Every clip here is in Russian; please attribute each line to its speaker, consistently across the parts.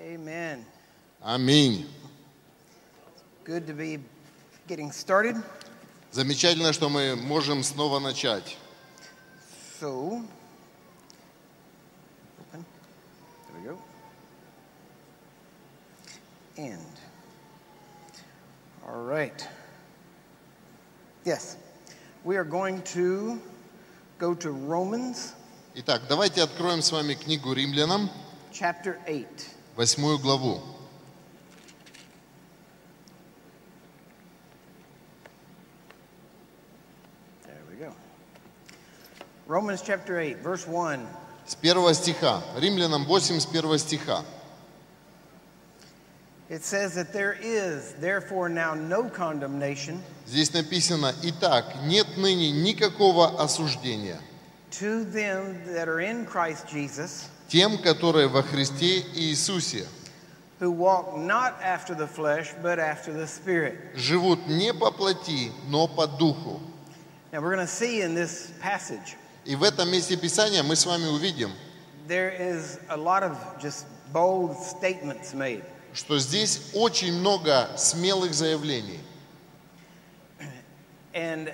Speaker 1: Amen.
Speaker 2: Аминь.
Speaker 1: Good to be getting started.
Speaker 2: Замечательно, что мы можем снова начать.
Speaker 1: So, open. There we go. And, all right. Yes, we are going to go to Romans
Speaker 2: Итак, давайте откроем с вами книгу Римлянам,
Speaker 1: chapter 8.
Speaker 2: восьмую главу.
Speaker 1: There we go. Romans chapter 8, verse 1.
Speaker 2: С первого стиха. Римлянам 8 с первого стиха.
Speaker 1: It says that there is therefore now no condemnation
Speaker 2: Здесь написано, «Итак, нет ныне никакого осуждения
Speaker 1: to them that are in Christ Jesus,
Speaker 2: тем, которые во Христе Иисусе
Speaker 1: who walk not after the flesh, but after the Spirit.
Speaker 2: живут не по плоти, но по духу».
Speaker 1: Now we're going to see in this passage,
Speaker 2: И в этом месте Писания мы с вами увидим,
Speaker 1: there is a lot of just bold statements made.
Speaker 2: что здесь очень много смелых заявлений.
Speaker 1: And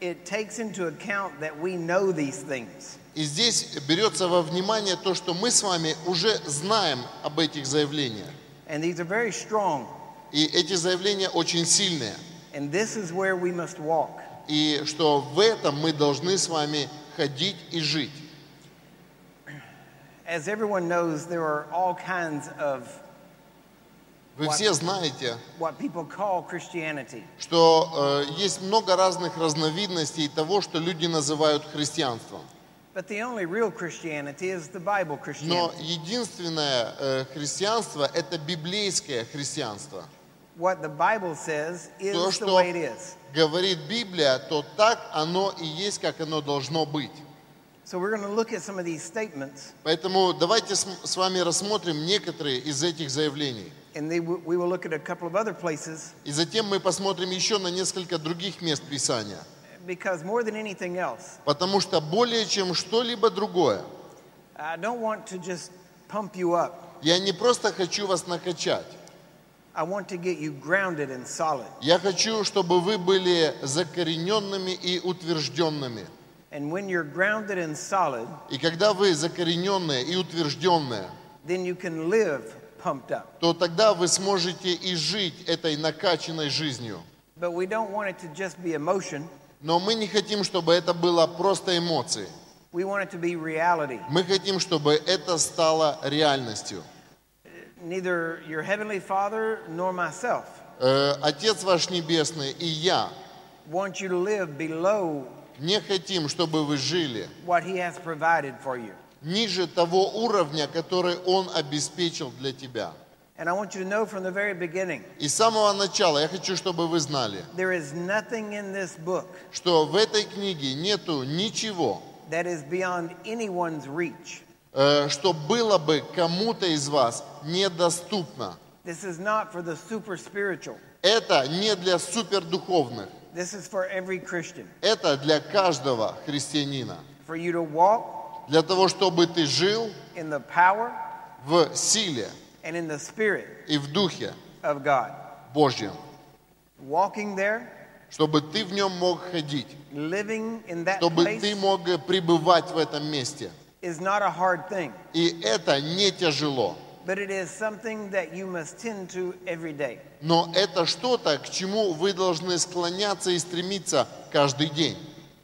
Speaker 1: it takes into account that we know these things.
Speaker 2: И здесь берется во внимание то, что мы с вами уже знаем об этих заявлениях.
Speaker 1: And these are very strong.
Speaker 2: И эти заявления очень сильные.
Speaker 1: And this is where we must walk.
Speaker 2: И что в этом мы должны с вами ходить и жить.
Speaker 1: As everyone knows, there are all kinds of
Speaker 2: Вы все знаете,
Speaker 1: what people call Christianity.
Speaker 2: что э, есть много разных разновидностей того, что люди называют христианством.
Speaker 1: But the only real Christianity is the Bible
Speaker 2: Но
Speaker 1: Christianity.
Speaker 2: единственное э, христианство – это библейское христианство.
Speaker 1: What the Bible says is
Speaker 2: То,
Speaker 1: the
Speaker 2: что
Speaker 1: way it is.
Speaker 2: говорит Библия, то так оно и есть, как оно должно быть.
Speaker 1: So we're going to look at some of these statements,
Speaker 2: Поэтому давайте с с вами рассмотрим некоторые из этих заявлений.
Speaker 1: and they, we will look at a couple of other places
Speaker 2: И затем мы посмотрим еще на несколько других мест Писания.
Speaker 1: because more than anything else,
Speaker 2: Потому что более чем что-либо другое,
Speaker 1: I don't want to just pump you up.
Speaker 2: я не просто хочу вас накачать.
Speaker 1: I want to get you grounded and solid.
Speaker 2: Я хочу, чтобы вы были закорененными и утвержденными.
Speaker 1: And when you're grounded and solid,
Speaker 2: И когда вы закорененные и утвержденные,
Speaker 1: then you can live pumped up.
Speaker 2: то тогда вы сможете и жить этой накачанной жизнью.
Speaker 1: But we don't want it to just be emotion.
Speaker 2: Но мы не хотим, чтобы это было просто эмоции.
Speaker 1: We want it to be reality.
Speaker 2: Мы хотим, чтобы это стало реальностью.
Speaker 1: Neither your heavenly Father nor myself
Speaker 2: Э, Отец ваш Небесный и я
Speaker 1: want you to live below
Speaker 2: не хотим, чтобы вы жили
Speaker 1: what He has provided for you.
Speaker 2: ниже того уровня, который Он обеспечил для тебя.
Speaker 1: And I want you to know from the very beginning
Speaker 2: И с самого начала я хочу, чтобы вы знали,
Speaker 1: there is nothing in this book
Speaker 2: что в этой книге нету ничего,
Speaker 1: that is beyond anyone's reach.
Speaker 2: э, что было бы кому-то из вас недоступно.
Speaker 1: This is not for the super spiritual,
Speaker 2: Это не для супердуховных,
Speaker 1: this is for every Christian.
Speaker 2: это для каждого христианина.
Speaker 1: For you to walk
Speaker 2: Для того, чтобы ты жил
Speaker 1: in the power
Speaker 2: в силе
Speaker 1: and in the spirit
Speaker 2: и в духе
Speaker 1: of God.
Speaker 2: Божьем,
Speaker 1: Walking there,
Speaker 2: чтобы ты в нем мог ходить,
Speaker 1: living in that
Speaker 2: чтобы ты
Speaker 1: place
Speaker 2: мог пребывать в этом месте.
Speaker 1: is not a hard thing,
Speaker 2: И это не тяжело,
Speaker 1: but it is something that you must tend to every day.
Speaker 2: но это что-то, к чему вы должны склоняться и стремиться каждый день.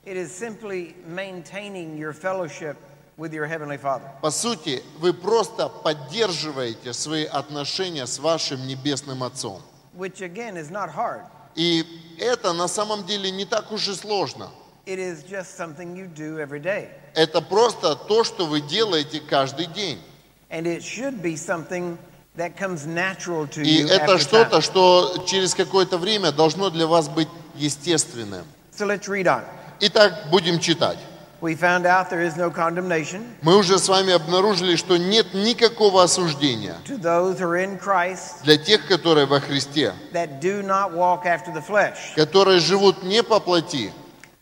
Speaker 1: It is simply maintaining your fellowship with your Heavenly Father.
Speaker 2: По сути, вы просто поддерживаете свои отношения с вашим Небесным Отцом.
Speaker 1: which again is not hard.
Speaker 2: И это на самом деле не так уж и сложно.
Speaker 1: It is just something you do every day.
Speaker 2: Это просто то, что вы делаете каждый день.
Speaker 1: And it should be something that comes natural to
Speaker 2: И
Speaker 1: you.
Speaker 2: это
Speaker 1: after time.
Speaker 2: что-то, что через какое-то время должно для вас быть естественным.
Speaker 1: So let's read on.
Speaker 2: Итак, будем читать.
Speaker 1: We found out there is no condemnation
Speaker 2: Мы уже с вами обнаружили, что нет никакого осуждения
Speaker 1: to those who are in Christ
Speaker 2: для тех, которые во Христе,
Speaker 1: that do not walk after the flesh.
Speaker 2: которые живут не по плоти,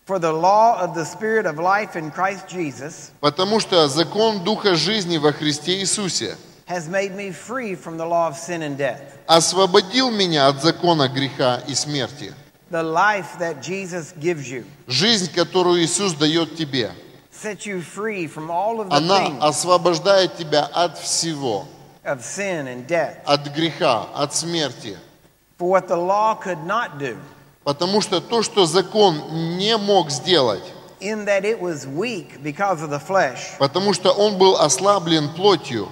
Speaker 1: For the law of the Spirit of life in Christ Jesus
Speaker 2: потому что закон Духа жизни во Христе Иисусе
Speaker 1: has made me free from the law of sin and death.
Speaker 2: освободил меня от закона греха и смерти.
Speaker 1: The life that Jesus gives you
Speaker 2: Жизнь, которую Иисус дает тебе,
Speaker 1: sets you free from all of the
Speaker 2: она
Speaker 1: things
Speaker 2: освобождает тебя от всего,
Speaker 1: of sin and death.
Speaker 2: от греха, от смерти.
Speaker 1: For what the law could not do,
Speaker 2: Потому что то, что закон не мог сделать,
Speaker 1: in that it was weak because of the flesh,
Speaker 2: потому что он был ослаблен плотью,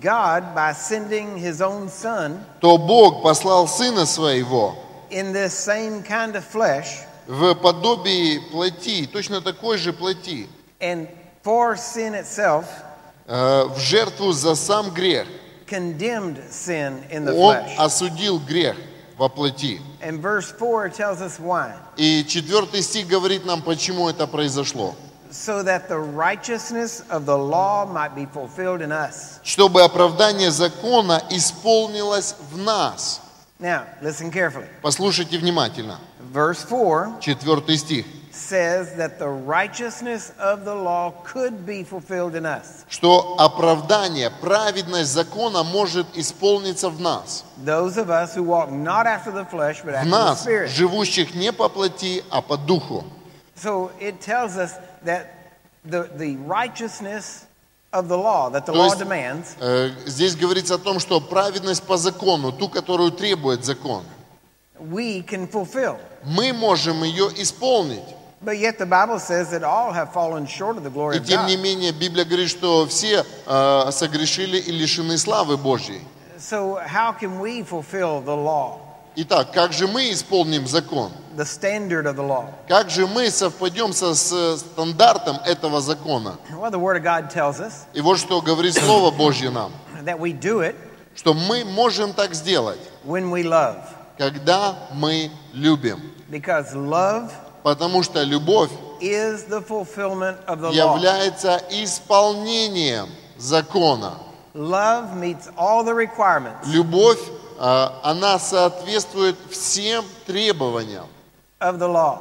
Speaker 1: God, by sending his own Son
Speaker 2: то Бог послал Сына Своего
Speaker 1: in this same kind of flesh
Speaker 2: в подобии плоти, точно такой же плоти,
Speaker 1: and for sin itself,
Speaker 2: э, в жертву за сам грех.
Speaker 1: condemned sin in the
Speaker 2: Он
Speaker 1: flesh.
Speaker 2: осудил грех во плоти.
Speaker 1: And verse 4 tells us why.
Speaker 2: И четвертый стих говорит нам, почему это произошло.
Speaker 1: So that the righteousness of the law might be fulfilled in us.
Speaker 2: Чтобы оправдание закона исполнилось в нас.
Speaker 1: Now, listen carefully.
Speaker 2: Послушайте внимательно.
Speaker 1: Verse 4
Speaker 2: Четвертый стих.
Speaker 1: says that the righteousness of the law could be fulfilled in us.
Speaker 2: Что оправдание, праведность закона может исполниться в нас.
Speaker 1: Those of us who walk not after the flesh, but
Speaker 2: В
Speaker 1: after the
Speaker 2: нас,
Speaker 1: Spirit.
Speaker 2: живущих не по плоти, а по духу.
Speaker 1: So it tells us that the, the righteousness of the law, that the
Speaker 2: То
Speaker 1: law
Speaker 2: есть-
Speaker 1: demands,
Speaker 2: Э, Здесь говорится о том, что праведность по закону, ту, которую требует закон,
Speaker 1: we can fulfill.
Speaker 2: мы можем ее исполнить.
Speaker 1: But yet the Bible says that all have fallen short of the glory
Speaker 2: И
Speaker 1: of
Speaker 2: тем не
Speaker 1: God.
Speaker 2: менее, Библия говорит, что все э, согрешили и лишены славы Божьей.
Speaker 1: So how can we fulfill the law,
Speaker 2: Итак, как же мы исполним закон?
Speaker 1: the standard of the law?
Speaker 2: Как же мы совпадем со с стандартом этого закона?
Speaker 1: Well, the Word of God tells us
Speaker 2: И вот что говорит Слово Божье нам,
Speaker 1: that we do it
Speaker 2: что мы можем так сделать,
Speaker 1: when we love,
Speaker 2: когда мы любим.
Speaker 1: because love
Speaker 2: Потому что любовь
Speaker 1: is the fulfillment of the law.
Speaker 2: является исполнением закона.
Speaker 1: Love meets all the requirements
Speaker 2: Любовь, э, она соответствует всем требованиям
Speaker 1: of the law,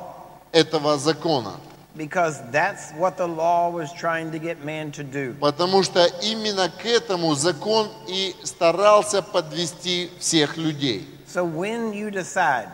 Speaker 2: этого закона.
Speaker 1: because that's what the law was trying to get man to do.
Speaker 2: Потому что именно к этому закон и старался подвести всех людей.
Speaker 1: So when you decide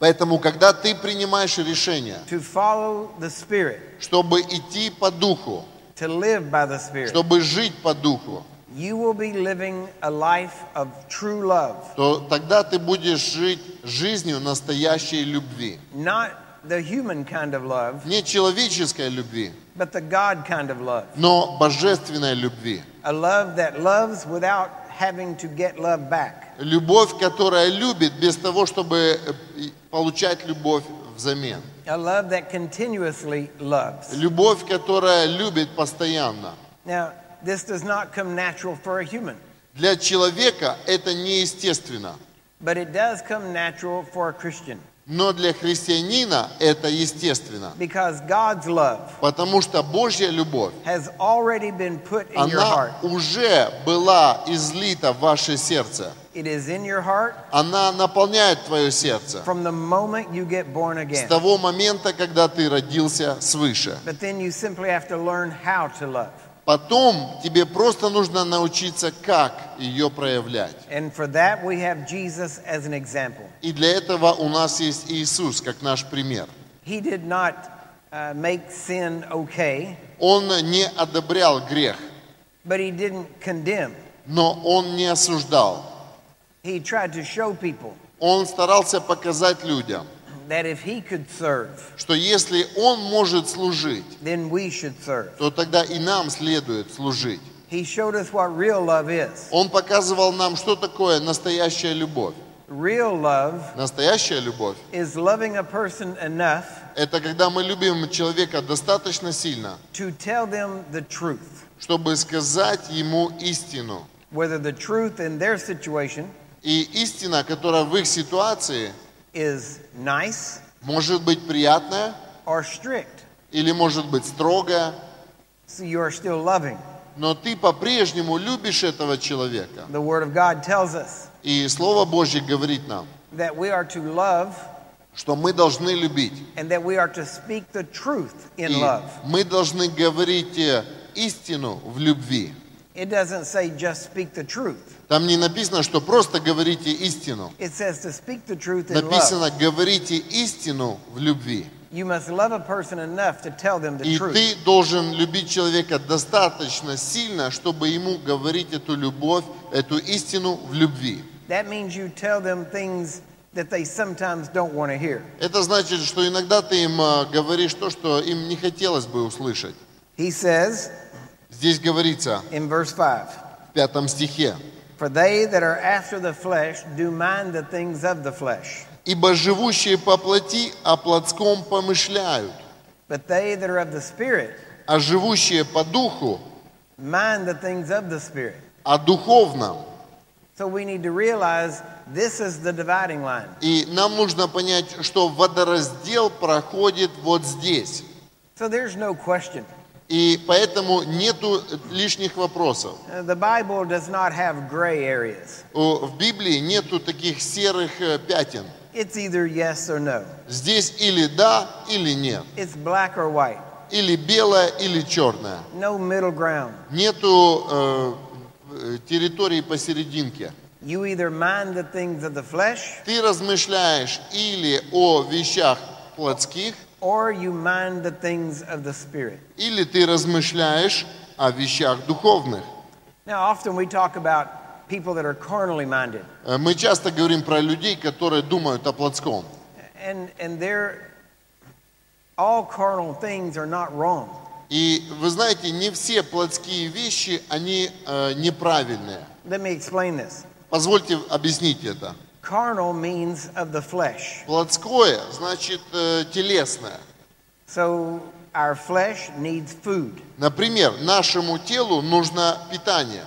Speaker 2: Поэтому, когда ты принимаешь решение,
Speaker 1: to follow the Spirit,
Speaker 2: чтобы идти по духу,
Speaker 1: to live by the Spirit,
Speaker 2: чтобы жить по духу,
Speaker 1: you will be living a life of true love.
Speaker 2: то тогда ты будешь жить жизнью настоящей любви.
Speaker 1: not the human kind of love,
Speaker 2: Не человеческой любви,
Speaker 1: but the God kind of love.
Speaker 2: но божественной любви.
Speaker 1: A love that loves without having to get love back.
Speaker 2: Любовь, которая любит без того, чтобы э, и получать любовь взамен.
Speaker 1: A love that continuously loves.
Speaker 2: Любовь, которая любит постоянно.
Speaker 1: Now, this does not come natural for a human,
Speaker 2: Для человека это неестественно,
Speaker 1: but it does come natural for a Christian
Speaker 2: но для христианина это естественно,
Speaker 1: because God's love
Speaker 2: потому что Божья любовь,
Speaker 1: has already been put in your heart.
Speaker 2: она уже была излита в ваше сердце.
Speaker 1: It is in your heart
Speaker 2: Она наполняет твое сердце
Speaker 1: from the moment you get born
Speaker 2: с
Speaker 1: again.
Speaker 2: того момента, когда ты родился свыше.
Speaker 1: But then you simply have to learn how to love.
Speaker 2: Потом тебе просто нужно научиться, как ее проявлять.
Speaker 1: And for that, we have Jesus as an example.
Speaker 2: И для этого у нас есть Иисус, как наш пример.
Speaker 1: He did not uh, make sin okay,
Speaker 2: Он не одобрял грех,
Speaker 1: but he didn't condemn.
Speaker 2: но он не осуждал.
Speaker 1: He tried to show people
Speaker 2: Он старался показать людям,
Speaker 1: that if he could serve,
Speaker 2: что если он может служить,
Speaker 1: then we should serve.
Speaker 2: то тогда и нам следует служить.
Speaker 1: He showed us what real love is.
Speaker 2: Он показывал нам, что такое настоящая любовь.
Speaker 1: Real love
Speaker 2: Настоящая любовь
Speaker 1: is loving a person enough
Speaker 2: – это когда мы любим человека достаточно сильно,
Speaker 1: to tell them the truth,
Speaker 2: чтобы сказать ему истину.
Speaker 1: whether the truth in their situation
Speaker 2: И истина, которая в их ситуации
Speaker 1: is nice
Speaker 2: может быть приятная
Speaker 1: or strict.
Speaker 2: или может быть строгая,
Speaker 1: So you are still loving.
Speaker 2: но ты по-прежнему любишь этого человека.
Speaker 1: The Word of God tells us
Speaker 2: И Слово Божье говорит нам,
Speaker 1: that we are to love
Speaker 2: что мы должны любить.
Speaker 1: and that we are to speak the truth in
Speaker 2: И
Speaker 1: love.
Speaker 2: мы должны говорить э, истину в любви.
Speaker 1: It doesn't say just speak the truth.
Speaker 2: Там не написано, что просто говорите истину.
Speaker 1: It says to speak the truth in love.
Speaker 2: Написано, говорите истину в любви.
Speaker 1: You must love a person enough to tell them the
Speaker 2: И
Speaker 1: truth.
Speaker 2: ты должен любить человека достаточно сильно, чтобы ему говорить эту любовь, эту истину в любви.
Speaker 1: That means you tell them things that they sometimes don't want to hear.
Speaker 2: Это значит, что иногда ты им э, говоришь то, что им не хотелось бы услышать.
Speaker 1: He says
Speaker 2: Здесь говорится
Speaker 1: in verse 5
Speaker 2: в пятом стихе.
Speaker 1: For they that are after the flesh do mind the things of the flesh,
Speaker 2: «Ибо живущие по плоти о плотском помышляют,
Speaker 1: but they that are of the Spirit
Speaker 2: а живущие по духу
Speaker 1: mind the things of the Spirit.
Speaker 2: о духовном».
Speaker 1: So we need to realize this is the dividing line.
Speaker 2: И нам нужно понять, что водораздел проходит вот здесь.
Speaker 1: So there's no question.
Speaker 2: И поэтому нету лишних вопросов.
Speaker 1: Uh, The Bible does not have gray areas,
Speaker 2: О, В Библии нету таких серых э, пятен.
Speaker 1: it's either yes or no,
Speaker 2: Здесь или да, или нет.
Speaker 1: it's black or white,
Speaker 2: Или белое, или черное.
Speaker 1: no middle ground.
Speaker 2: Нету э, э, территории посерединке.
Speaker 1: You either mind the things of the flesh
Speaker 2: Ты размышляешь или о вещах плотских,
Speaker 1: or you mind the things of the Spirit.
Speaker 2: или ты размышляешь о вещах духовных.
Speaker 1: Now, often we talk about people that are carnally minded,
Speaker 2: Э, Мы часто говорим про людей, которые думают о плотском.
Speaker 1: and, and they're all carnal things are not wrong.
Speaker 2: И вы знаете, не все плотские вещи, они э, неправильные.
Speaker 1: Let me explain this.
Speaker 2: Позвольте объяснить это.
Speaker 1: Carnal means of the flesh.
Speaker 2: Плотское значит э, телесное.
Speaker 1: So our flesh needs food.
Speaker 2: Например, нашему телу нужно питание.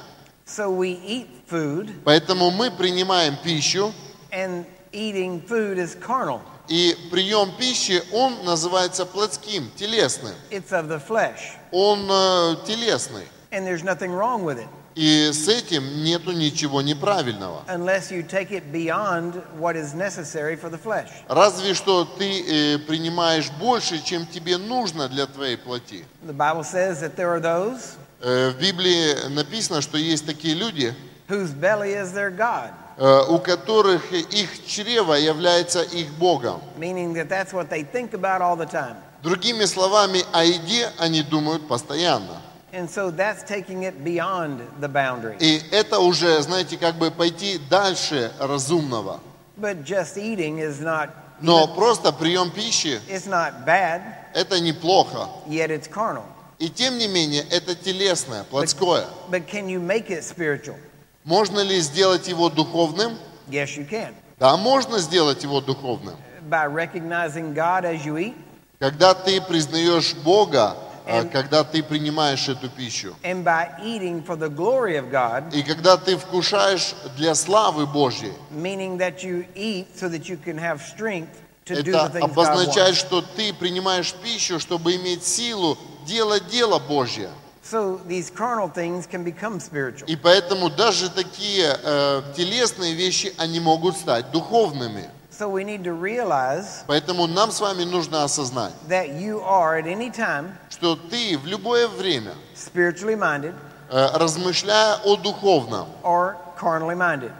Speaker 1: So we eat food,
Speaker 2: Поэтому мы принимаем пищу,
Speaker 1: and eating food is carnal.
Speaker 2: и прием пищи, он называется плотским, телесным.
Speaker 1: It's of the flesh,
Speaker 2: Он э, телесный.
Speaker 1: and there's nothing wrong with it
Speaker 2: И с этим нету ничего неправильного.
Speaker 1: unless you take it beyond what is necessary for the flesh.
Speaker 2: Разве что ты э, принимаешь больше, чем тебе нужно для твоей плоти.
Speaker 1: The Bible says that there are those
Speaker 2: Э, В Библии написано, что есть такие люди,
Speaker 1: whose belly is their God,
Speaker 2: э, у которых их чрево является их Богом.
Speaker 1: meaning that that's what they think about all the time.
Speaker 2: Другими словами, о еде они думают постоянно.
Speaker 1: And so that's taking it beyond the boundary.
Speaker 2: И это уже, знаете, как бы пойти дальше разумного.
Speaker 1: But just eating is not
Speaker 2: Но просто прием пищи
Speaker 1: it's not bad,
Speaker 2: – это неплохо.
Speaker 1: yet it's carnal.
Speaker 2: И тем не менее, это телесное, плотское.
Speaker 1: But can you make it spiritual?
Speaker 2: Можно ли сделать его духовным?
Speaker 1: Yes, you can.
Speaker 2: Да, можно сделать его духовным.
Speaker 1: By recognizing God as you eat
Speaker 2: Когда ты признаешь Бога, а,
Speaker 1: Эм.
Speaker 2: когда ты принимаешь эту пищу.
Speaker 1: and by eating for the glory of God,
Speaker 2: И когда ты вкушаешь для славы Божьей,
Speaker 1: meaning that you eat so that you can have strength to do
Speaker 2: это
Speaker 1: the things God
Speaker 2: обозначает,
Speaker 1: wants.
Speaker 2: что ты принимаешь пищу, чтобы иметь силу делать дело Божье.
Speaker 1: So these carnal things can become spiritual.
Speaker 2: И поэтому даже такие э, телесные вещи, они могут стать духовными.
Speaker 1: So we need to realize
Speaker 2: Поэтому нам с вами нужно осознать,
Speaker 1: that you are at any time
Speaker 2: что ты в любое время,
Speaker 1: spiritually minded
Speaker 2: э, размышляя о духовном,
Speaker 1: or carnally minded.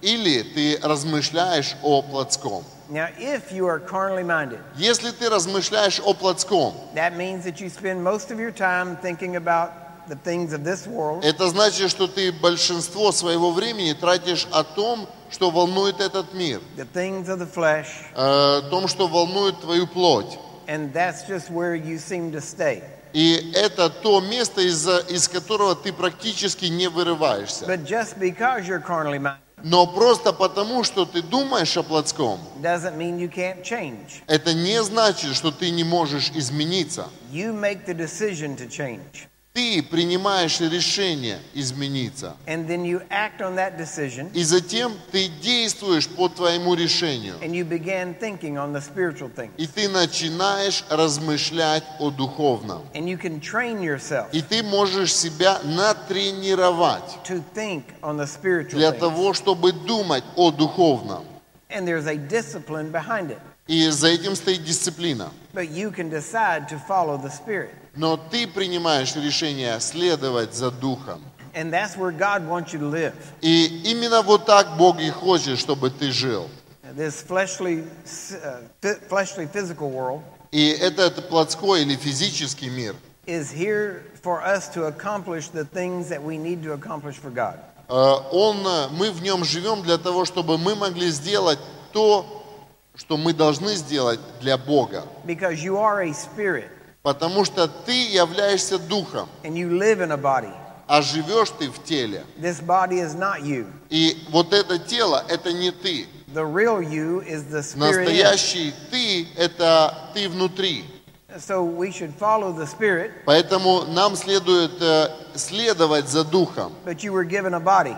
Speaker 2: или ты размышляешь о плотском.
Speaker 1: Now, if you are carnally minded,
Speaker 2: Если ты размышляешь о плотском,
Speaker 1: that means that you spend most of your time thinking about the things of this world
Speaker 2: Это значит, что ты большинство своего времени тратишь о том, что волнует этот мир,
Speaker 1: the things of the flesh,
Speaker 2: э, о том, что волнует твою плоть.
Speaker 1: and that's just where you seem to stay.
Speaker 2: И это то место, из, из которого ты практически не вырываешься.
Speaker 1: But just because you're carnally minded
Speaker 2: Но просто потому, что ты думаешь о плотском,
Speaker 1: doesn't mean you can't change.
Speaker 2: это не значит, что ты не можешь измениться.
Speaker 1: You make the decision to change,
Speaker 2: Ты принимаешь решение измениться.
Speaker 1: and then you act on that decision,
Speaker 2: И затем ты действуешь по твоему решению.
Speaker 1: and you begin thinking on the spiritual things.
Speaker 2: И ты начинаешь размышлять о духовном.
Speaker 1: And you can train yourself
Speaker 2: И ты можешь себя натренировать
Speaker 1: to think on the spiritual
Speaker 2: для
Speaker 1: things.
Speaker 2: того, чтобы думать о духовном.
Speaker 1: And there's a discipline behind it.
Speaker 2: И за этим стоит дисциплина.
Speaker 1: But you can decide to follow the Spirit.
Speaker 2: Но ты принимаешь решение следовать за духом.
Speaker 1: And that's where God wants you to live.
Speaker 2: И именно вот так Бог и хочет, чтобы ты жил.
Speaker 1: This fleshly, uh, fi- fleshly physical world
Speaker 2: И этот плотской или физический мир
Speaker 1: is here for us to accomplish the things that we need to accomplish for God.
Speaker 2: Э, Он, э, мы в нем живем для того, чтобы мы могли сделать то, что мы должны сделать для Бога.
Speaker 1: Because you are a spirit
Speaker 2: Потому что ты являешься духом,
Speaker 1: and you live in a body.
Speaker 2: а живешь ты в теле.
Speaker 1: This body is not you.
Speaker 2: И вот это тело – это не ты.
Speaker 1: The real you is the spirit. in us.
Speaker 2: Настоящий ты – это ты внутри.
Speaker 1: So we should follow the spirit,
Speaker 2: Поэтому нам следует э, следовать за духом.
Speaker 1: but you were given a body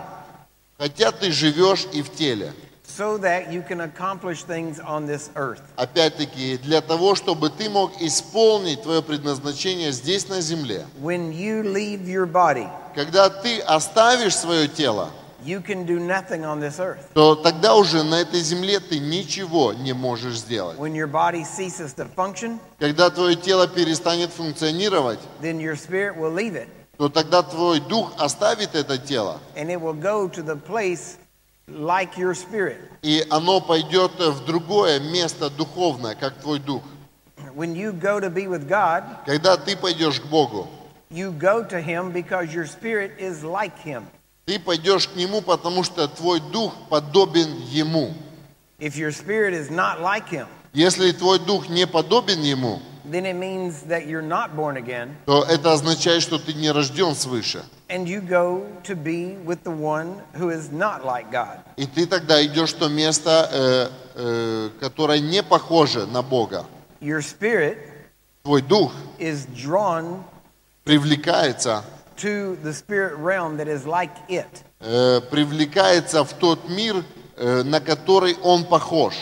Speaker 2: Хотя ты живешь и в теле.
Speaker 1: so that you can accomplish things on this earth.
Speaker 2: Опять-таки, для того, чтобы ты мог исполнить твое предназначение здесь, на земле.
Speaker 1: When you leave your body,
Speaker 2: Когда ты оставишь свое тело,
Speaker 1: you can do nothing on this earth.
Speaker 2: то тогда уже на этой земле ты ничего не можешь сделать.
Speaker 1: When your body ceases to function,
Speaker 2: Когда твое тело перестанет функционировать,
Speaker 1: then your spirit will leave it
Speaker 2: то тогда твой дух оставит это тело,
Speaker 1: and it will go to the place like your spirit.
Speaker 2: и оно пойдет в другое место духовное, как твой дух.
Speaker 1: When you go to be with God,
Speaker 2: Когда ты пойдешь к Богу,
Speaker 1: you go to Him because your spirit is like Him.
Speaker 2: ты пойдешь к Нему, потому что твой дух подобен Ему.
Speaker 1: If your spirit is not like Him,
Speaker 2: Если твой дух не подобен Ему,
Speaker 1: then it means that you're not born again
Speaker 2: то это означает, что ты не рожден свыше.
Speaker 1: and you go to be with the one who is not like God.
Speaker 2: И ты тогда идешь в то место, э, э, которое не похоже на Бога.
Speaker 1: Your spirit
Speaker 2: Твой дух
Speaker 1: is drawn
Speaker 2: привлекается,
Speaker 1: to the spirit realm that is like it.
Speaker 2: э, привлекается в тот мир, э, на который он похож.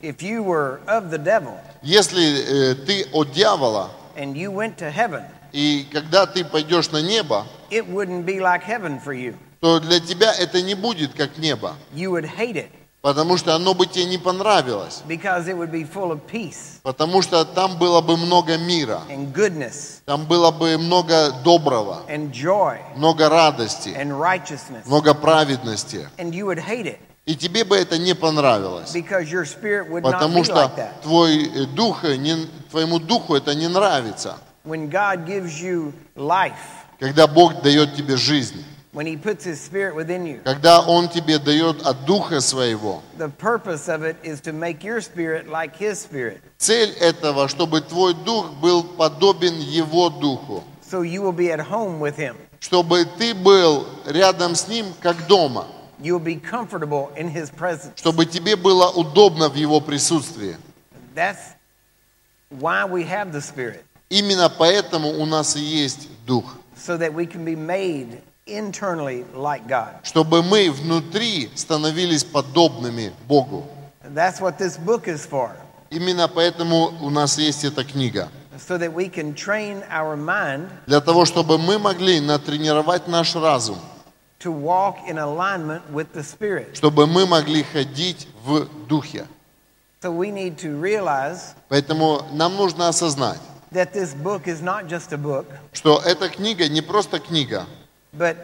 Speaker 1: If you were of the devil
Speaker 2: Если э, ты от дьявола,
Speaker 1: and you went to heaven,
Speaker 2: и когда ты пойдешь на небо,
Speaker 1: it wouldn't be like heaven for you.
Speaker 2: то для тебя это не будет как небо,
Speaker 1: You would hate it
Speaker 2: потому что оно бы тебе не понравилось,
Speaker 1: because it would be full of peace
Speaker 2: потому что там было бы много мира,
Speaker 1: and goodness
Speaker 2: там было бы много доброго,
Speaker 1: and joy
Speaker 2: много радости,
Speaker 1: and righteousness.
Speaker 2: много праведности.
Speaker 1: And you would hate it
Speaker 2: И тебе бы это не понравилось,
Speaker 1: because your spirit would not be
Speaker 2: потому
Speaker 1: like
Speaker 2: что
Speaker 1: that.
Speaker 2: твой э, дух, э, не- твоему духу это не нравится,
Speaker 1: When God gives you life,
Speaker 2: когда Бог дает тебе жизнь,
Speaker 1: when He puts His spirit within you,
Speaker 2: когда Он тебе дает от духа своего.
Speaker 1: the purpose of it is to make your spirit like His spirit.
Speaker 2: Цель этого, чтобы твой дух был подобен Его духу,
Speaker 1: So you will be at home with Him.
Speaker 2: чтобы ты был рядом с Ним, как дома,
Speaker 1: You'll be comfortable in His presence.
Speaker 2: чтобы тебе было удобно в Его присутствии.
Speaker 1: That's why we have the Spirit,
Speaker 2: Именно поэтому у нас и есть дух,
Speaker 1: so that we can be made internally like God.
Speaker 2: чтобы мы внутри становились подобными Богу.
Speaker 1: That's what this book is for,
Speaker 2: Именно поэтому у нас есть эта книга.
Speaker 1: so that we can train our mind
Speaker 2: Для того, чтобы мы могли натренировать наш разум,
Speaker 1: to walk in alignment with the Spirit.
Speaker 2: чтобы мы могли ходить в духе.
Speaker 1: So we need to realize
Speaker 2: Поэтому нам нужно осознать,
Speaker 1: that this book is not just a book,
Speaker 2: что эта книга не просто книга,
Speaker 1: but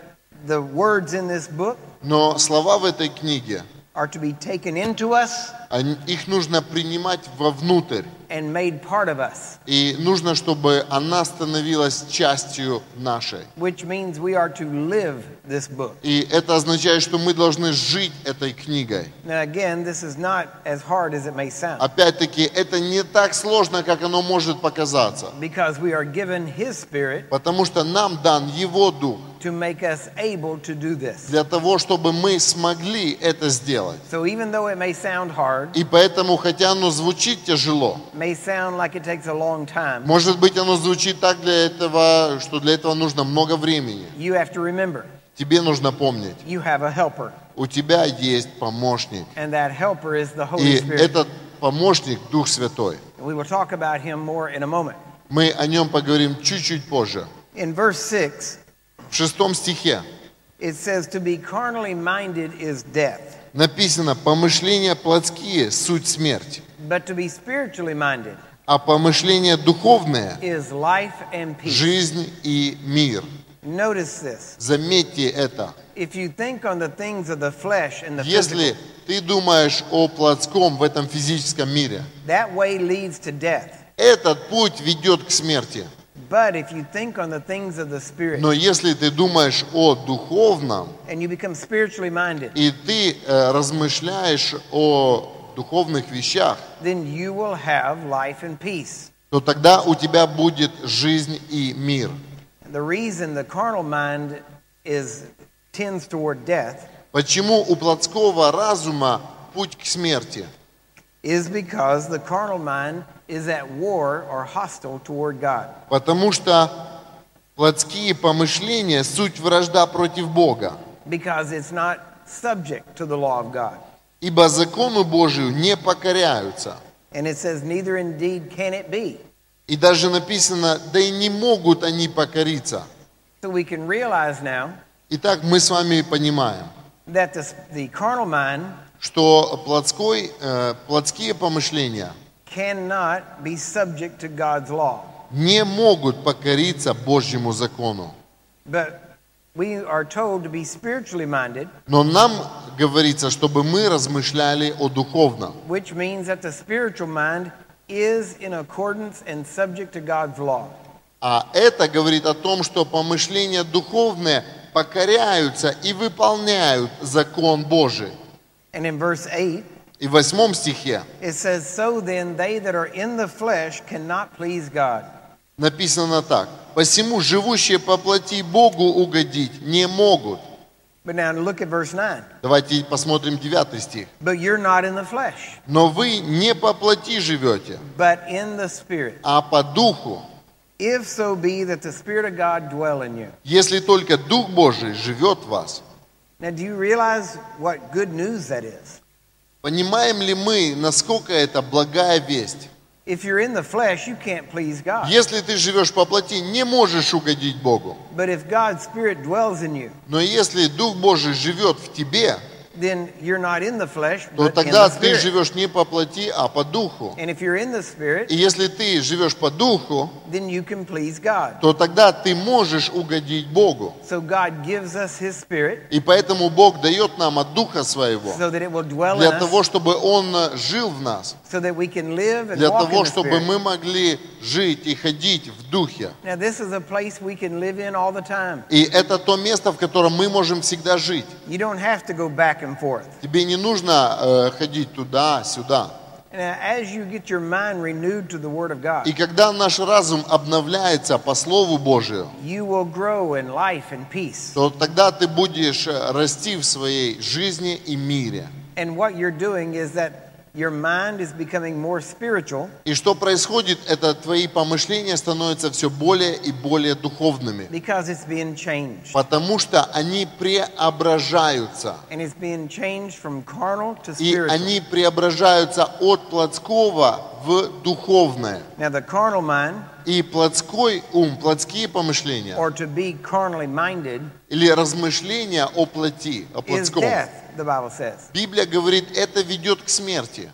Speaker 1: the words in this book
Speaker 2: но слова в этой книге,
Speaker 1: are to be taken into us
Speaker 2: они- их нужно принимать вовнутрь.
Speaker 1: and made part of us,
Speaker 2: И нужно, чтобы она становилась частью нашей.
Speaker 1: which means we are to live this book.
Speaker 2: И это означает, что мы должны жить этой книгой.
Speaker 1: Now, again, this is not as hard as it may sound
Speaker 2: Опять-таки, это не так сложно, как оно может показаться.
Speaker 1: because we are given His Spirit
Speaker 2: Потому что нам дан Его Дух
Speaker 1: to make us able to do this.
Speaker 2: для того, чтобы мы смогли это сделать.
Speaker 1: So, even though it may sound hard,
Speaker 2: И поэтому, хотя оно звучит тяжело,
Speaker 1: may sound like it takes a long time,
Speaker 2: может быть, оно звучит так для этого, что для этого нужно много времени.
Speaker 1: you have to remember
Speaker 2: Тебе нужно помнить,
Speaker 1: you have a helper,
Speaker 2: у тебя есть помощник.
Speaker 1: and that helper is the Holy
Speaker 2: И
Speaker 1: Spirit.
Speaker 2: этот помощник Дух Святой.
Speaker 1: We will talk about him more in a moment.
Speaker 2: Мы о нем поговорим чуть-чуть позже.
Speaker 1: In verse 6,
Speaker 2: В шестом стихе
Speaker 1: it says, To be carnally minded is death,
Speaker 2: написано «Помышления плотские – суть смерть,
Speaker 1: but to be spiritually minded
Speaker 2: а помышления духовные
Speaker 1: is life and
Speaker 2: –
Speaker 1: peace.
Speaker 2: жизнь и мир».
Speaker 1: Notice this.
Speaker 2: Заметьте это.
Speaker 1: If you think on the things of the flesh and the physical,
Speaker 2: Если ты думаешь о плотском в этом физическом мире,
Speaker 1: that way leads to death.
Speaker 2: этот путь ведет к смерти.
Speaker 1: But if you think on the things of the spirit
Speaker 2: Но если ты думаешь о духовном,
Speaker 1: and you become spiritually minded,
Speaker 2: и ты э, размышляешь о духовных вещах,
Speaker 1: then you will have life and peace.
Speaker 2: то тогда у тебя будет жизнь и мир.
Speaker 1: And the reason the carnal mind is tends toward death
Speaker 2: Почему у плотского разума путь к смерти?
Speaker 1: is because the carnal mind is at war or hostile toward God.
Speaker 2: Потому что плотские помышления – суть вражда против Бога.
Speaker 1: because it's not subject to the law of God.
Speaker 2: Ибо закону Божию не покоряются.
Speaker 1: And it says, neither indeed can it be.
Speaker 2: И даже написано, да и не могут они покориться.
Speaker 1: So we can realize now
Speaker 2: Итак, мы с вами понимаем,
Speaker 1: that the, the carnal mind
Speaker 2: что плотской, э, плотские помышления
Speaker 1: cannot be subject to God's law.
Speaker 2: не могут покориться Божьему закону.
Speaker 1: But we are told to be spiritually minded,
Speaker 2: Но нам говорится, чтобы мы размышляли о духовном.
Speaker 1: which means that the spiritual mind is in accordance and subject to God's law.
Speaker 2: А это говорит о том, что помышления духовные покоряются и выполняют закон Божий.
Speaker 1: And in verse 8,
Speaker 2: И в восьмом стихе
Speaker 1: it says, So then they that are in the flesh cannot please God.
Speaker 2: написано так. «Посему живущие по плоти Богу угодить не могут».
Speaker 1: But now look at verse 9.
Speaker 2: Давайте посмотрим 9 стих.
Speaker 1: But you're not in the flesh.
Speaker 2: «Но вы не по плоти живете,
Speaker 1: but in the Spirit.
Speaker 2: а по духу,
Speaker 1: If so be that the Spirit of God dwell in you.
Speaker 2: если только Дух Божий живет в вас».
Speaker 1: Now, do you realize what good news that is?
Speaker 2: Понимаем ли мы, насколько это благая весть?
Speaker 1: If you're in the flesh, you can't please God.
Speaker 2: Если ты живешь по плоти, не можешь угодить Богу.
Speaker 1: But if God's Spirit dwells in you,
Speaker 2: Но если Дух Божий живет в тебе,
Speaker 1: then you're not in the flesh,
Speaker 2: то
Speaker 1: but in
Speaker 2: тогда
Speaker 1: the
Speaker 2: ты
Speaker 1: Spirit.
Speaker 2: живешь не по плоти, а по духу.
Speaker 1: And if you're in the Spirit,
Speaker 2: И если ты живешь по духу,
Speaker 1: then you can please God.
Speaker 2: то тогда ты можешь угодить Богу.
Speaker 1: So God gives us His Spirit
Speaker 2: И поэтому Бог дает нам от Духа Своего,
Speaker 1: so that it will dwell in
Speaker 2: для того,
Speaker 1: us,
Speaker 2: чтобы Он э, жил в нас,
Speaker 1: so that we can live and
Speaker 2: для
Speaker 1: walk in
Speaker 2: того,
Speaker 1: the
Speaker 2: чтобы
Speaker 1: Spirit.
Speaker 2: мы могли жить и ходить в Духе.
Speaker 1: Now, this is a place we can live in all the time.
Speaker 2: И это то место, в котором мы можем всегда жить.
Speaker 1: You don't have to go back and forth.
Speaker 2: Тебе не нужно э, ходить туда, сюда.
Speaker 1: And as you get your mind renewed to the Word of God,
Speaker 2: И когда наш разум обновляется по Слову Божию,
Speaker 1: you will grow in life and peace.
Speaker 2: то тогда ты будешь э, расти в своей жизни и мире.
Speaker 1: And what you're doing is that your mind is becoming more spiritual
Speaker 2: И что происходит, это твои помышления становятся все более и более духовными,
Speaker 1: because it's being changed.
Speaker 2: потому что они преображаются.
Speaker 1: And it's being changed from carnal to
Speaker 2: И
Speaker 1: spiritual.
Speaker 2: они преображаются от плотского в духовное.
Speaker 1: Now, the carnal mind,
Speaker 2: И плотской ум, плотские помышления
Speaker 1: or to be carnally minded,
Speaker 2: или размышления о плоти, о
Speaker 1: is
Speaker 2: плотском.
Speaker 1: death, the Bible says.
Speaker 2: Библия говорит, это ведет к смерти.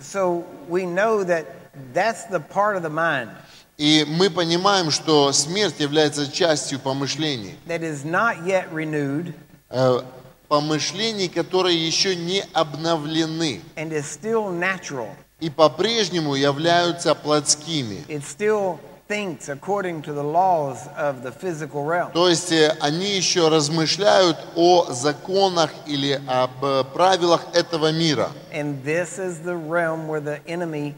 Speaker 1: So we know that that's the part of the mind
Speaker 2: И мы понимаем, что смерть является частью помышлений.
Speaker 1: that is not yet renewed
Speaker 2: Э, Помышлений, которые еще не обновлены
Speaker 1: and is still natural.
Speaker 2: и по-прежнему являются плотскими.
Speaker 1: It still thinks according to the laws of the physical realm.
Speaker 2: То есть э, они еще размышляют о законах или об э, правилах этого мира.
Speaker 1: And this is the realm where the enemy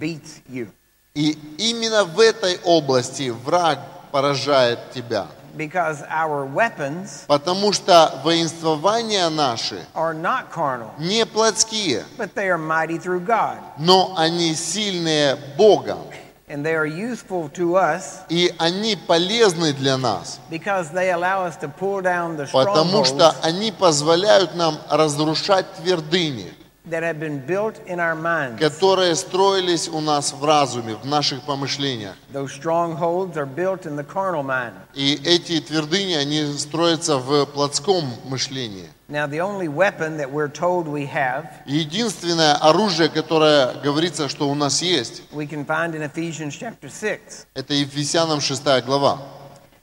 Speaker 1: beats you
Speaker 2: И именно в этой области враг поражает тебя.
Speaker 1: because our weapons
Speaker 2: Потому что воинствования наши
Speaker 1: are not carnal,
Speaker 2: не плотские,
Speaker 1: but they are mighty through God.
Speaker 2: но они сильные Богом.
Speaker 1: And they are useful to us
Speaker 2: И они полезны для нас,
Speaker 1: because they allow us to pull down the
Speaker 2: потому что
Speaker 1: strongholds
Speaker 2: они позволяют нам разрушать твердыни,
Speaker 1: that have been built in our minds.
Speaker 2: которые строились у нас в разуме, в наших помышлениях.
Speaker 1: Those strongholds are built in the carnal mind.
Speaker 2: И эти твердыни, они строятся в плотском мышлении.
Speaker 1: Now, the only weapon that we're told we have,
Speaker 2: И Единственное оружие, которое говорится, что у нас есть,
Speaker 1: we can find in Ephesians chapter 6.
Speaker 2: это Ефесянам 6 глава.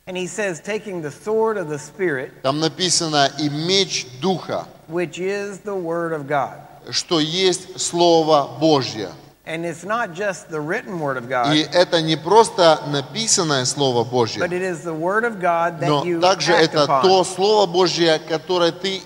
Speaker 1: And he says, taking the sword of the Spirit,
Speaker 2: Там написано «и меч Духа»,
Speaker 1: which is the Word of God.
Speaker 2: что есть Слово Божье.
Speaker 1: And it's not just the written Word of God,
Speaker 2: И это не просто написанное Слово
Speaker 1: А but
Speaker 2: Божье,
Speaker 1: it is the Word of God that
Speaker 2: но
Speaker 1: you
Speaker 2: также
Speaker 1: act
Speaker 2: это
Speaker 1: upon.
Speaker 2: то Слово Божье, которое ты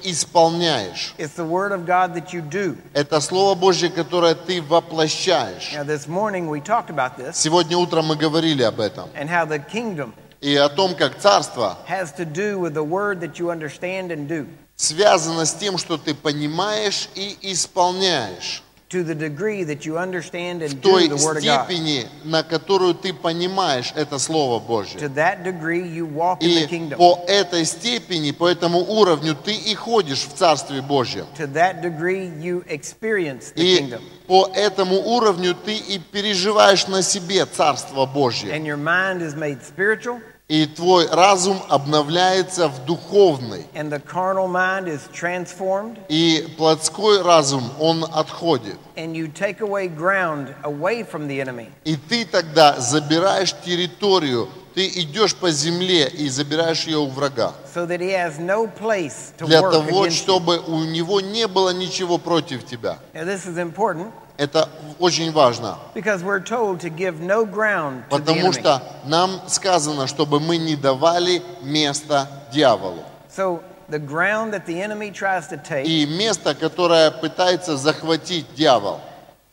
Speaker 2: исполняешь.
Speaker 1: It's the Word of God that you do.
Speaker 2: Это Слово Божье, которое ты воплощаешь.
Speaker 1: Now, this morning we talked about this
Speaker 2: Сегодня утром мы говорили об этом.
Speaker 1: and how the kingdom
Speaker 2: И о том, как царство
Speaker 1: has to do with the Word that you understand and do.
Speaker 2: связано с тем, что ты понимаешь и исполняешь.
Speaker 1: To the degree that you understand and
Speaker 2: В
Speaker 1: do
Speaker 2: той
Speaker 1: the Word of God,
Speaker 2: степени, на которую ты понимаешь это Слово
Speaker 1: to
Speaker 2: Божье.
Speaker 1: that degree you walk in the
Speaker 2: И
Speaker 1: kingdom.
Speaker 2: по этой степени, по этому уровню ты и ходишь в Царстве Божьем.
Speaker 1: To that degree you experience the
Speaker 2: И
Speaker 1: kingdom.
Speaker 2: по этому уровню ты и переживаешь на себе Царство Божье.
Speaker 1: And your mind is made spiritual,
Speaker 2: И твой разум обновляется в духовный.
Speaker 1: and the carnal mind is transformed,
Speaker 2: И плотской разум, он отходит.
Speaker 1: and you take away ground away from the enemy.
Speaker 2: И ты тогда забираешь территорию, ты идешь по земле и забираешь ее у врага.
Speaker 1: so that he has no place to
Speaker 2: Для
Speaker 1: work
Speaker 2: того,
Speaker 1: against you.
Speaker 2: чтобы у него не было ничего против тебя.
Speaker 1: Now, this is important
Speaker 2: Это очень важно,
Speaker 1: because we're told to give no ground to the
Speaker 2: потому
Speaker 1: enemy.
Speaker 2: что нам сказано, чтобы мы не давали места дьяволу.
Speaker 1: So the ground that the enemy tries to take,
Speaker 2: И место, которое пытается захватить дьявол,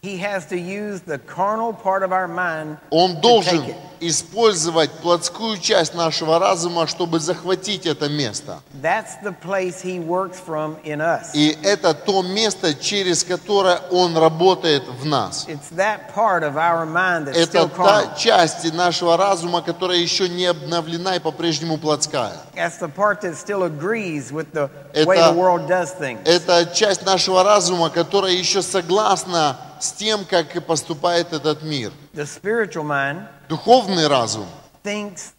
Speaker 1: he has to use the carnal part of our mind.
Speaker 2: он должен
Speaker 1: take it.
Speaker 2: использовать плотскую часть нашего разума, чтобы захватить это место.
Speaker 1: That's the place he works from in us.
Speaker 2: И это то место, через которое он работает в нас.
Speaker 1: It's that part of our mind that's
Speaker 2: Это
Speaker 1: still
Speaker 2: та
Speaker 1: carnal.
Speaker 2: часть нашего разума, которая еще не обновлена и по-прежнему плотская.
Speaker 1: That's the part that still agrees with the
Speaker 2: Это-
Speaker 1: way the world does things.
Speaker 2: Это часть нашего разума, которая еще согласна с тем, как и поступает этот мир.
Speaker 1: The spiritual mind
Speaker 2: Духовный разум
Speaker 1: thinks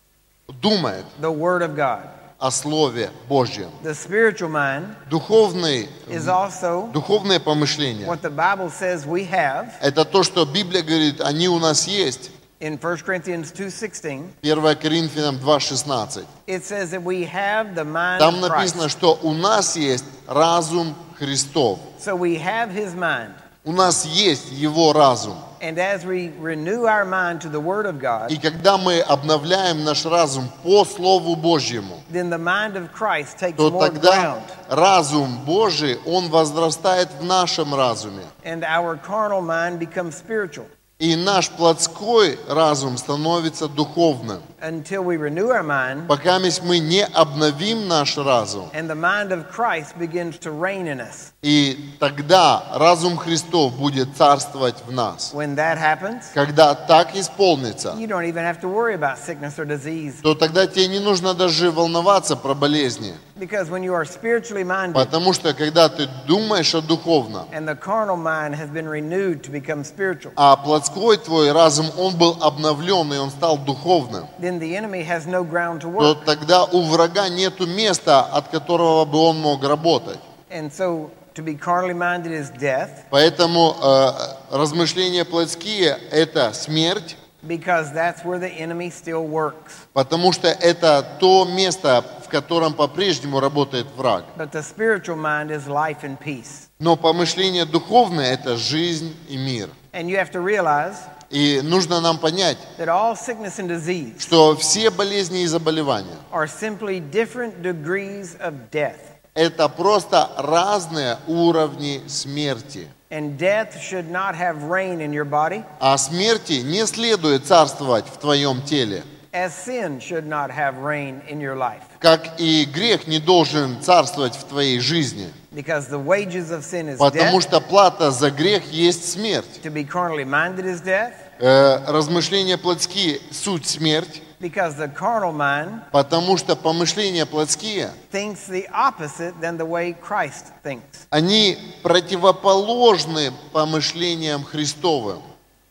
Speaker 2: думает
Speaker 1: the Word of God.
Speaker 2: о Слове Божьем.
Speaker 1: The spiritual mind
Speaker 2: Духовный,
Speaker 1: is also
Speaker 2: духовное помышление
Speaker 1: what the Bible says we have
Speaker 2: – это то, что Библия говорит, они у нас есть.
Speaker 1: in 1 Corinthians 2:16.
Speaker 2: 1 Коринфянам 2.16.
Speaker 1: It says that we have the mind
Speaker 2: Там
Speaker 1: of Christ.
Speaker 2: написано, что у нас есть разум Христов.
Speaker 1: So we have his mind.
Speaker 2: У нас есть Его разум.
Speaker 1: And as we renew our mind to the word of God,
Speaker 2: И когда мы обновляем наш разум по Слову Божьему,
Speaker 1: then the mind of Christ takes
Speaker 2: то
Speaker 1: more
Speaker 2: тогда
Speaker 1: ground
Speaker 2: разум Божий, он возрастает в нашем разуме.
Speaker 1: and our carnal mind becomes spiritual
Speaker 2: И наш плотской разум становится духовным.
Speaker 1: until we renew our mind
Speaker 2: Пока мы не обновим наш разум,
Speaker 1: and the mind of Christ begins to reign in us.
Speaker 2: и тогда разум Христов будет царствовать в нас.
Speaker 1: When that happens,
Speaker 2: Когда так исполнится,
Speaker 1: you don't even have to worry about sickness or disease
Speaker 2: то тогда тебе не нужно даже волноваться про болезни.
Speaker 1: because when you are spiritually minded,
Speaker 2: Потому что когда ты думаешь о духовном,
Speaker 1: And the carnal mind has been renewed to become spiritual.
Speaker 2: а плотской твой разум, он был обновлен, и он стал духовным,
Speaker 1: Then the enemy has no ground to
Speaker 2: то
Speaker 1: work.
Speaker 2: тогда у врага нету места, от которого бы он мог работать.
Speaker 1: And so to be carnally minded is death
Speaker 2: Поэтому э, размышления плотские – это смерть,
Speaker 1: because that's where the enemy still works.
Speaker 2: потому что это то место, в котором по-прежнему работает враг.
Speaker 1: But the spiritual mind is life and peace.
Speaker 2: Но помышление духовное – это жизнь и мир.
Speaker 1: And you have to realize
Speaker 2: И нужно нам понять,
Speaker 1: that all sickness and disease
Speaker 2: что все болезни и заболевания
Speaker 1: are simply different degrees of death.
Speaker 2: – это просто разные уровни смерти.
Speaker 1: And death should not have reign in your body
Speaker 2: А смерти не следует царствовать в твоем теле,
Speaker 1: as sin should not have reign in your life
Speaker 2: как и грех не должен царствовать в твоей жизни.
Speaker 1: because the wages of sin is
Speaker 2: Потому
Speaker 1: death.
Speaker 2: что плата за грех есть смерть.
Speaker 1: To be carnally minded is death.
Speaker 2: Э, размышления плотские – суть смерть,
Speaker 1: Because the carnal mind
Speaker 2: потому что помышления плотские,
Speaker 1: thinks the opposite than the way Christ thinks.
Speaker 2: они противоположны помышлениям Христовым.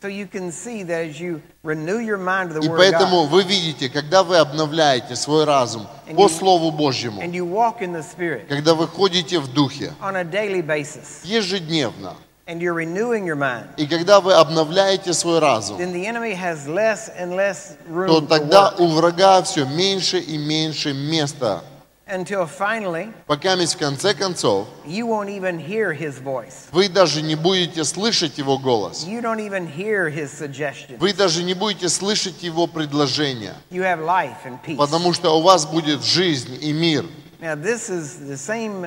Speaker 1: So you can see that as you renew your mind to the
Speaker 2: И
Speaker 1: Word of God
Speaker 2: поэтому вы видите, когда вы обновляете свой разум по Слову Божьему,
Speaker 1: and you walk in the Spirit
Speaker 2: когда вы ходите в Духе,
Speaker 1: on a daily basis
Speaker 2: ежедневно,
Speaker 1: and you're renewing your mind,
Speaker 2: И когда вы обновляете свой разум,
Speaker 1: then the enemy has less and less
Speaker 2: то
Speaker 1: room to
Speaker 2: тогда
Speaker 1: work
Speaker 2: у врага все меньше и меньше места.
Speaker 1: until finally
Speaker 2: Пока в конце концов
Speaker 1: you won't even hear his voice.
Speaker 2: вы даже не будете слышать его голос.
Speaker 1: You don't even hear his suggestion.
Speaker 2: Вы даже не будете слышать его предложения.
Speaker 1: You have life and peace.
Speaker 2: Потому что у вас будет жизнь и мир.
Speaker 1: Now, this is the same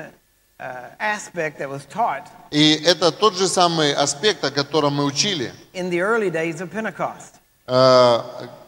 Speaker 1: uh, aspect that was taught
Speaker 2: И это тот же самый аспект, о котором мы учили,
Speaker 1: in the early days of Pentecost,
Speaker 2: э,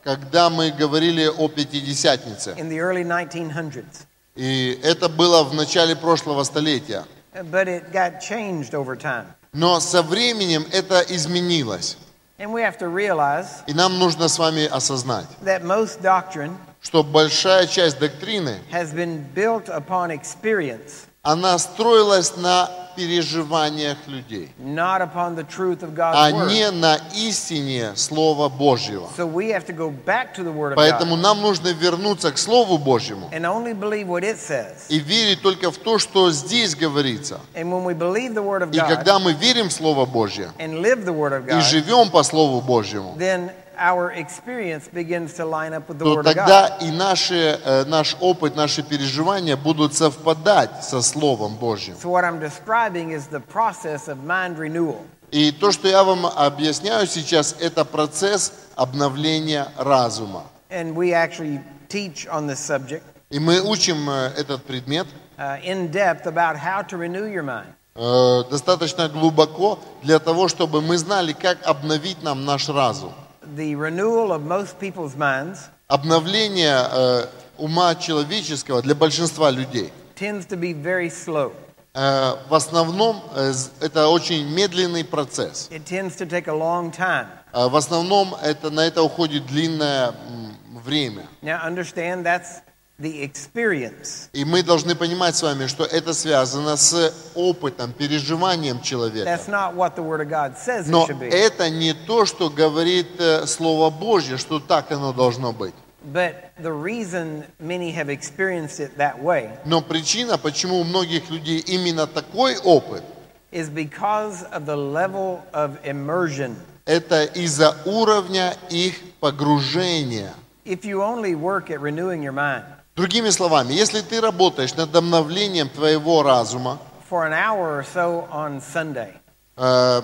Speaker 2: когда мы говорили о Пятидесятнице.
Speaker 1: in the early 1900s.
Speaker 2: И это было в начале прошлого столетия.
Speaker 1: Uh, But it got changed over time.
Speaker 2: Но со временем это изменилось.
Speaker 1: And we have to realize
Speaker 2: И нам нужно с вами осознать,
Speaker 1: that most doctrine
Speaker 2: что большая часть доктрины,
Speaker 1: has been built upon experience,
Speaker 2: она строилась на переживаниях людей,
Speaker 1: not upon the truth of
Speaker 2: а
Speaker 1: God's Word.
Speaker 2: не на истине Слова Божьего.
Speaker 1: So we have to go back to the Word of
Speaker 2: Поэтому
Speaker 1: God
Speaker 2: нам нужно вернуться к Слову Божьему
Speaker 1: and only believe what it says.
Speaker 2: и верить только в то, что здесь говорится.
Speaker 1: And when we believe the Word of
Speaker 2: И
Speaker 1: God
Speaker 2: когда мы верим в Слово Божье
Speaker 1: and live the Word of
Speaker 2: и
Speaker 1: God,
Speaker 2: живем по Слову Божьему,
Speaker 1: then our experience begins to line up with the
Speaker 2: то
Speaker 1: Word of God.
Speaker 2: тогда и наши, э, наш опыт, наши переживания будут совпадать со Словом Божьим.
Speaker 1: So what I'm describing is the process of mind renewal.
Speaker 2: И то, что я вам объясняю сейчас, это процесс обновления разума.
Speaker 1: And we actually teach on this subject
Speaker 2: И мы учим э, этот предмет
Speaker 1: uh, in depth about how to renew your mind.
Speaker 2: э, достаточно глубоко для того, чтобы мы знали, как обновить нам наш разум.
Speaker 1: The renewal of most people's minds
Speaker 2: Обновление э, ума человеческого для большинства людей
Speaker 1: tends to be very slow.
Speaker 2: э, в основном э, з- это очень медленный процесс.
Speaker 1: It tends to take a long time.
Speaker 2: Э, В основном это, на это уходит длинное м, время.
Speaker 1: Now, understand that's the experience.
Speaker 2: И мы должны понимать с вами, что это связано с опытом, переживанием человека.
Speaker 1: That's not what the Word of God says it
Speaker 2: Но
Speaker 1: should be.
Speaker 2: это не то, что говорит э, Слово Божье, что так оно должно быть.
Speaker 1: But the reason many have experienced it that way
Speaker 2: Но причина, почему у многих людей именно такой опыт,
Speaker 1: is because of the level of immersion.
Speaker 2: это из-за уровня их погружения.
Speaker 1: If you only work at renewing your mind
Speaker 2: Другими словами, если ты работаешь над обновлением твоего разума
Speaker 1: for an hour or so on Sunday,
Speaker 2: эм,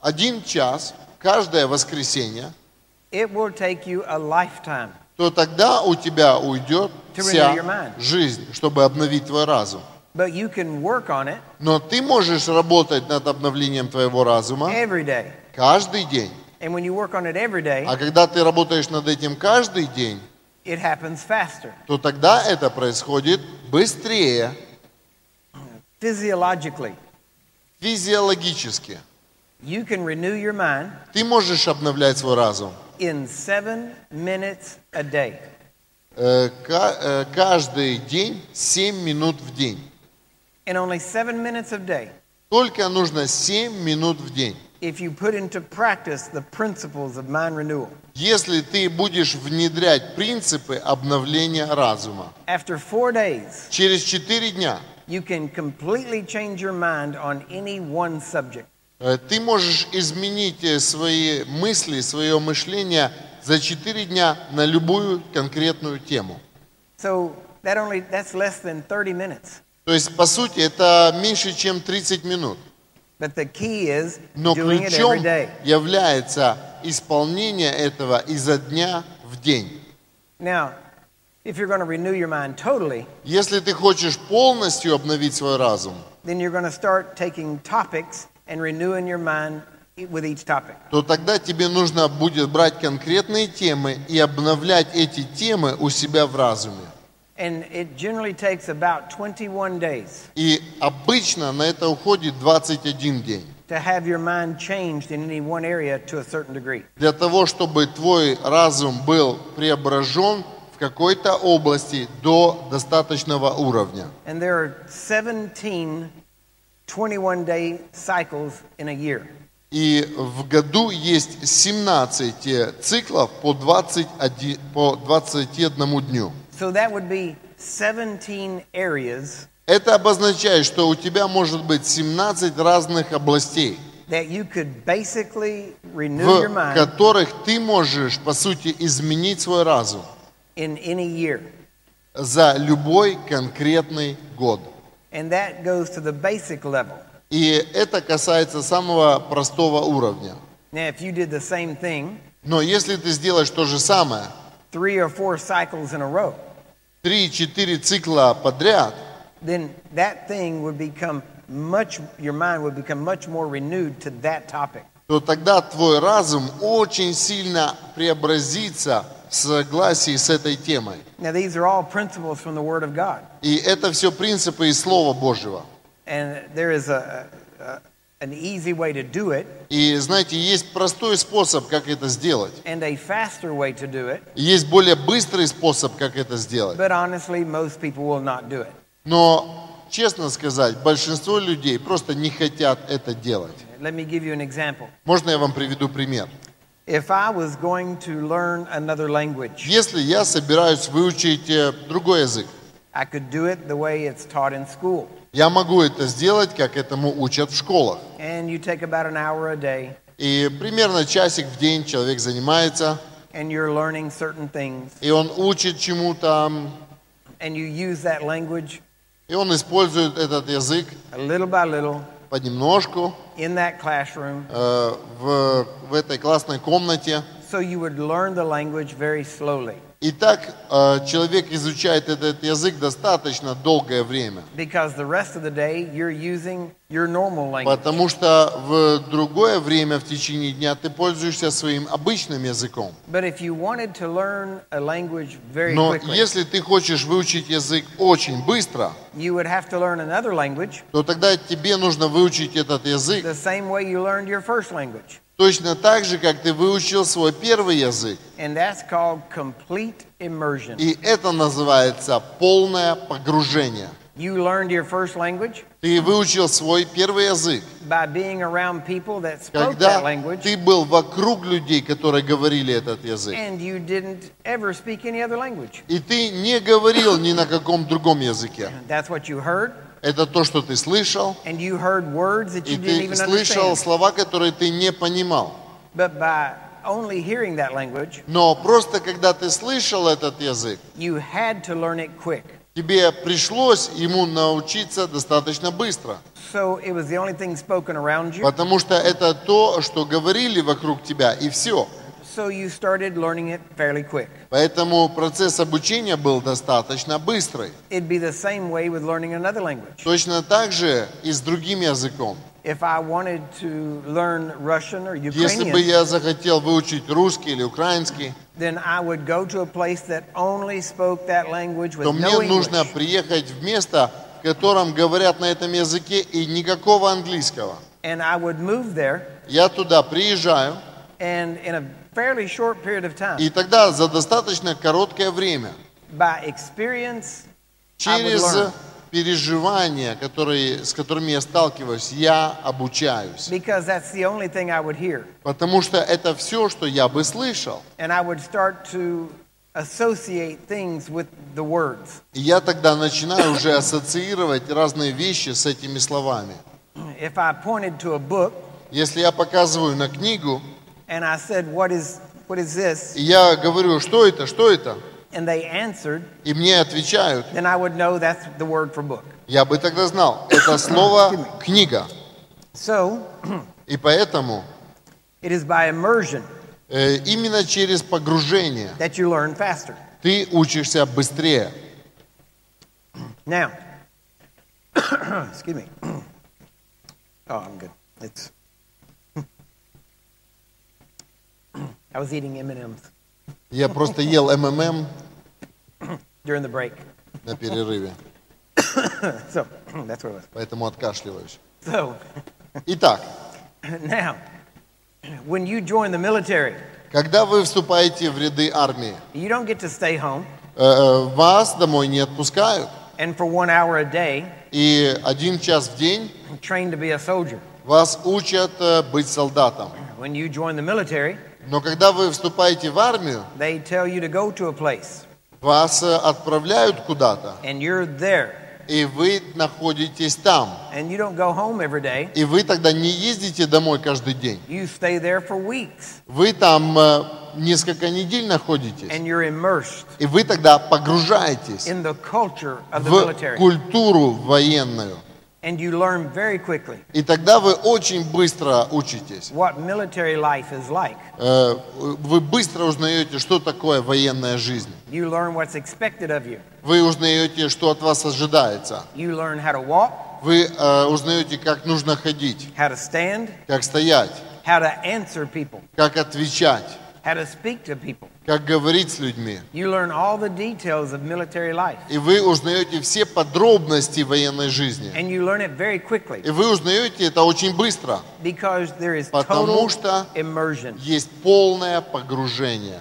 Speaker 2: один час каждое воскресенье,
Speaker 1: it will take you a lifetime.
Speaker 2: то тогда у тебя уйдет
Speaker 1: To renew your
Speaker 2: вся
Speaker 1: mind.
Speaker 2: жизнь, чтобы обновить твой разум.
Speaker 1: But you can work on it
Speaker 2: Но ты можешь работать над обновлением твоего разума
Speaker 1: every day.
Speaker 2: каждый день.
Speaker 1: And when you work on it every day,
Speaker 2: А когда ты работаешь над этим каждый день,
Speaker 1: it happens faster.
Speaker 2: то тогда это происходит быстрее,
Speaker 1: Physiologically,
Speaker 2: физиологически.
Speaker 1: you can renew your mind
Speaker 2: Ты можешь обновлять свой разум
Speaker 1: in seven minutes a day.
Speaker 2: э, ка- э, каждый день 7 минут в день.
Speaker 1: In only seven minutes a day,
Speaker 2: Только нужно 7 минут в день.
Speaker 1: if you put into practice the principles of mind renewal.
Speaker 2: Если ты будешь внедрять принципы обновления разума,
Speaker 1: After four days,
Speaker 2: через 4 дня
Speaker 1: you can completely change your mind on any one subject.
Speaker 2: э, ты можешь изменить э, свои мысли, свое мышление за 4 дня на любую конкретную тему.
Speaker 1: So that only that's less than 30 minutes.
Speaker 2: То есть, по сути, это меньше, чем 30 минут.
Speaker 1: But the key is
Speaker 2: Но
Speaker 1: doing it every
Speaker 2: ключом
Speaker 1: day.
Speaker 2: является исполнение этого изо дня в день.
Speaker 1: Now, if you're going to renew your mind totally,
Speaker 2: Если ты хочешь полностью обновить свой разум,
Speaker 1: then you're going to start taking topics and renewing your mind e, with each topic.
Speaker 2: то тогда тебе нужно будет брать конкретные темы и обновлять эти темы у себя в разуме.
Speaker 1: And it generally takes about 21 days
Speaker 2: И обычно на это уходит 21 день.
Speaker 1: to have your mind changed in any one area to a certain degree.
Speaker 2: Для того, чтобы твой разум был преображен в какой-то области до достаточного уровня.
Speaker 1: And there are 17 21 day cycles in a year.
Speaker 2: И в году есть 17 циклов по, 21, по 21 дню.
Speaker 1: So that would be 17 areas
Speaker 2: Это обозначает, что у тебя может быть 17 разных областей,
Speaker 1: that you could basically renew your
Speaker 2: в
Speaker 1: mind
Speaker 2: которых ты можешь, по сути, изменить свой разум
Speaker 1: in any year.
Speaker 2: за любой конкретный год.
Speaker 1: And that goes to the basic level.
Speaker 2: И это касается самого простого уровня.
Speaker 1: Now, if you did the same thing
Speaker 2: Но если ты сделаешь то же самое,
Speaker 1: three or four cycles in a row,
Speaker 2: 3-4 цикла подряд,
Speaker 1: then that thing would become much, your mind would become much more renewed to that topic.
Speaker 2: то тогда твой разум очень сильно преобразится в согласии с этой темой.
Speaker 1: Now, these are all principles from the Word of God.
Speaker 2: И это все принципы из Слова Божьего.
Speaker 1: And there is a, a, an easy way to do it
Speaker 2: И знаете, есть простой способ, как это сделать.
Speaker 1: and a faster way to do it,
Speaker 2: Есть более быстрый способ, как это сделать.
Speaker 1: but honestly, most people will not do it.
Speaker 2: Но, честно сказать, большинство людей просто не хотят это делать.
Speaker 1: Let me give you an example.
Speaker 2: Можно я вам приведу пример?
Speaker 1: If I was going to learn another language,
Speaker 2: Если я собираюсь выучить э, другой язык,
Speaker 1: I could do it the way it's taught in school.
Speaker 2: я могу это сделать, как этому учат в школах.
Speaker 1: And you take about an hour a day
Speaker 2: И примерно часик в день человек занимается,
Speaker 1: and you're learning certain things
Speaker 2: и он учит чему-то, м,
Speaker 1: and you use that language
Speaker 2: и он использует этот язык
Speaker 1: a little by little
Speaker 2: понемножку
Speaker 1: in that classroom.
Speaker 2: э, в, в этой классной комнате.
Speaker 1: So you would learn the language very slowly
Speaker 2: И так э, человек изучает этот язык достаточно долгое время,
Speaker 1: because the rest of the day you're using your normal language.
Speaker 2: потому что в другое время в течение дня ты пользуешься своим обычным языком.
Speaker 1: But if you wanted to learn a language very
Speaker 2: Но
Speaker 1: quickly,
Speaker 2: если ты хочешь выучить язык очень быстро,
Speaker 1: you would have to learn another language
Speaker 2: то тогда тебе нужно выучить этот язык
Speaker 1: the same way you learned your first language.
Speaker 2: точно так же, как ты выучил свой первый язык.
Speaker 1: And that's called complete immersion.
Speaker 2: И это называется полное погружение.
Speaker 1: You learned your first language
Speaker 2: Ты выучил свой первый язык,
Speaker 1: by being around people that spoke that
Speaker 2: когда
Speaker 1: language,
Speaker 2: ты был вокруг людей, которые говорили этот язык.
Speaker 1: and you didn't ever speak any other language.
Speaker 2: И ты не говорил ни на каком другом языке.
Speaker 1: That's what you heard,
Speaker 2: Это то, что ты слышал,
Speaker 1: and you heard words that
Speaker 2: и
Speaker 1: you didn't
Speaker 2: ты
Speaker 1: even
Speaker 2: слышал
Speaker 1: understand.
Speaker 2: слова, которые ты не понимал.
Speaker 1: But by only hearing that language,
Speaker 2: Но просто когда ты слышал этот язык,
Speaker 1: you had to learn it quick.
Speaker 2: тебе пришлось ему научиться достаточно быстро,
Speaker 1: So it was the only thing spoken around you.
Speaker 2: потому что это то, что говорили вокруг тебя, и все.
Speaker 1: So you started learning it fairly quick.
Speaker 2: Поэтому процесс обучения был достаточно быстрый.
Speaker 1: It'd be the same way with learning another language.
Speaker 2: Точно так же и с другим языком.
Speaker 1: If I wanted to learn Russian or
Speaker 2: Если бы
Speaker 1: Ukrainian,
Speaker 2: я захотел выучить русский или украинский,
Speaker 1: then I would go to a place that only spoke that language with
Speaker 2: то мне
Speaker 1: no English.
Speaker 2: нужно приехать в место, в котором говорят на этом языке и никакого английского.
Speaker 1: And I would move there,
Speaker 2: Я туда приезжаю,
Speaker 1: and in a fairly short period of time,
Speaker 2: и тогда за достаточно короткое время,
Speaker 1: by experience,
Speaker 2: через
Speaker 1: I would learn.
Speaker 2: переживания, которые, с которыми я сталкиваюсь, я обучаюсь.
Speaker 1: because that's the only thing I would hear.
Speaker 2: Потому что это все, что я бы слышал.
Speaker 1: And I would start to associate things with the words.
Speaker 2: И я тогда начинаю уже ассоциировать разные вещи с этими словами.
Speaker 1: If I pointed to a book
Speaker 2: Если я показываю на книгу,
Speaker 1: and I said, What is, what is this?
Speaker 2: и я говорю, что это, что это,
Speaker 1: And they answered,
Speaker 2: и мне отвечают,
Speaker 1: then I would know that's the word for book.
Speaker 2: Я бы тогда знал, это слово книга.
Speaker 1: So
Speaker 2: И поэтому
Speaker 1: it is by immersion
Speaker 2: э, именно через погружение
Speaker 1: that you learn faster.
Speaker 2: ты учишься быстрее.
Speaker 1: Now, excuse me. oh, I'm good. It's. I was eating M&Ms
Speaker 2: Я просто ел МММ
Speaker 1: during the break,
Speaker 2: на перерыве,
Speaker 1: so that's what it was.
Speaker 2: поэтому откашливаюсь.
Speaker 1: So
Speaker 2: Итак,
Speaker 1: now, when you join the military,
Speaker 2: когда вы вступаете в ряды армии,
Speaker 1: you don't get to stay home
Speaker 2: э, э, вас домой не отпускают.
Speaker 1: and for one hour a day
Speaker 2: И один час в день
Speaker 1: train to be a soldier.
Speaker 2: вас учат э, быть солдатом.
Speaker 1: When you join the military,
Speaker 2: Но когда вы вступаете в армию,
Speaker 1: they tell you to go to a place
Speaker 2: вас э, отправляют куда-то,
Speaker 1: and you're there
Speaker 2: И вы находитесь там.
Speaker 1: and you don't go home every day.
Speaker 2: И вы тогда не ездите домой каждый день.
Speaker 1: You stay there for weeks
Speaker 2: Вы там э, несколько недель находитесь.
Speaker 1: and you're immersed
Speaker 2: И вы тогда погружаетесь
Speaker 1: in the culture of the
Speaker 2: в
Speaker 1: military.
Speaker 2: культуру военную.
Speaker 1: And you learn very quickly
Speaker 2: И тогда вы очень быстро учитесь.
Speaker 1: what military life is like.
Speaker 2: Э, Вы быстро узнаете, что такое военная жизнь.
Speaker 1: You learn what's expected of you.
Speaker 2: Вы узнаете, что от вас ожидается.
Speaker 1: You learn how to walk,
Speaker 2: Вы э, узнаете, как нужно ходить,
Speaker 1: how to stand,
Speaker 2: как стоять,
Speaker 1: how to answer people,
Speaker 2: как отвечать,
Speaker 1: how to speak to people.
Speaker 2: как говорить с людьми.
Speaker 1: You learn all the details of military life.
Speaker 2: И вы узнаете все подробности военной жизни.
Speaker 1: And you learn it very quickly
Speaker 2: И вы узнаете это очень быстро.
Speaker 1: because there is total
Speaker 2: Потому что
Speaker 1: immersion.
Speaker 2: есть полное погружение.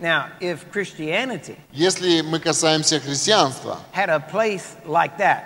Speaker 1: Now, if Christianity
Speaker 2: Если мы касаемся христианства,
Speaker 1: had a place like that,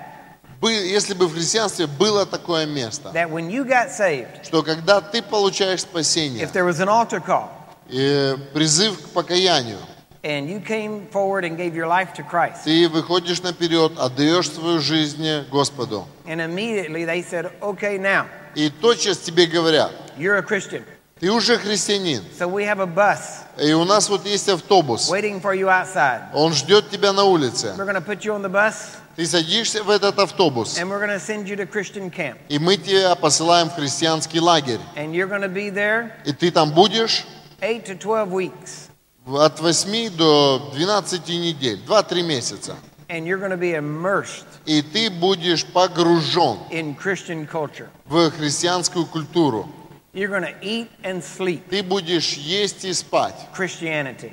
Speaker 2: бы- если бы в христианстве было такое место,
Speaker 1: that when you got saved,
Speaker 2: что когда ты получаешь спасение,
Speaker 1: if there was an altar call
Speaker 2: э, призыв к покаянию,
Speaker 1: and you came forward and gave your life to Christ,
Speaker 2: ты выходишь наперед, отдаешь свою жизнь Господу.
Speaker 1: and immediately they said, okay, now
Speaker 2: И тотчас тебе говорят,
Speaker 1: you're a Christian.
Speaker 2: ты уже христианин,
Speaker 1: So we have a bus
Speaker 2: и у нас вот есть автобус,
Speaker 1: waiting for you outside.
Speaker 2: он ждет тебя на улице.
Speaker 1: We're going to put you on the bus
Speaker 2: Ты садишься в этот автобус,
Speaker 1: and we're going to send you to Christian camp.
Speaker 2: и мы тебя посылаем в христианский лагерь.
Speaker 1: And you're going to be there
Speaker 2: И ты там будешь
Speaker 1: 8 to 12 weeks.
Speaker 2: от 8 до 12 недель, 2-3 месяца.
Speaker 1: And you're going to be immersed
Speaker 2: И ты будешь погружен
Speaker 1: in Christian culture.
Speaker 2: в христианскую культуру.
Speaker 1: You're going to eat and sleep
Speaker 2: Ты будешь есть и спать
Speaker 1: Christianity.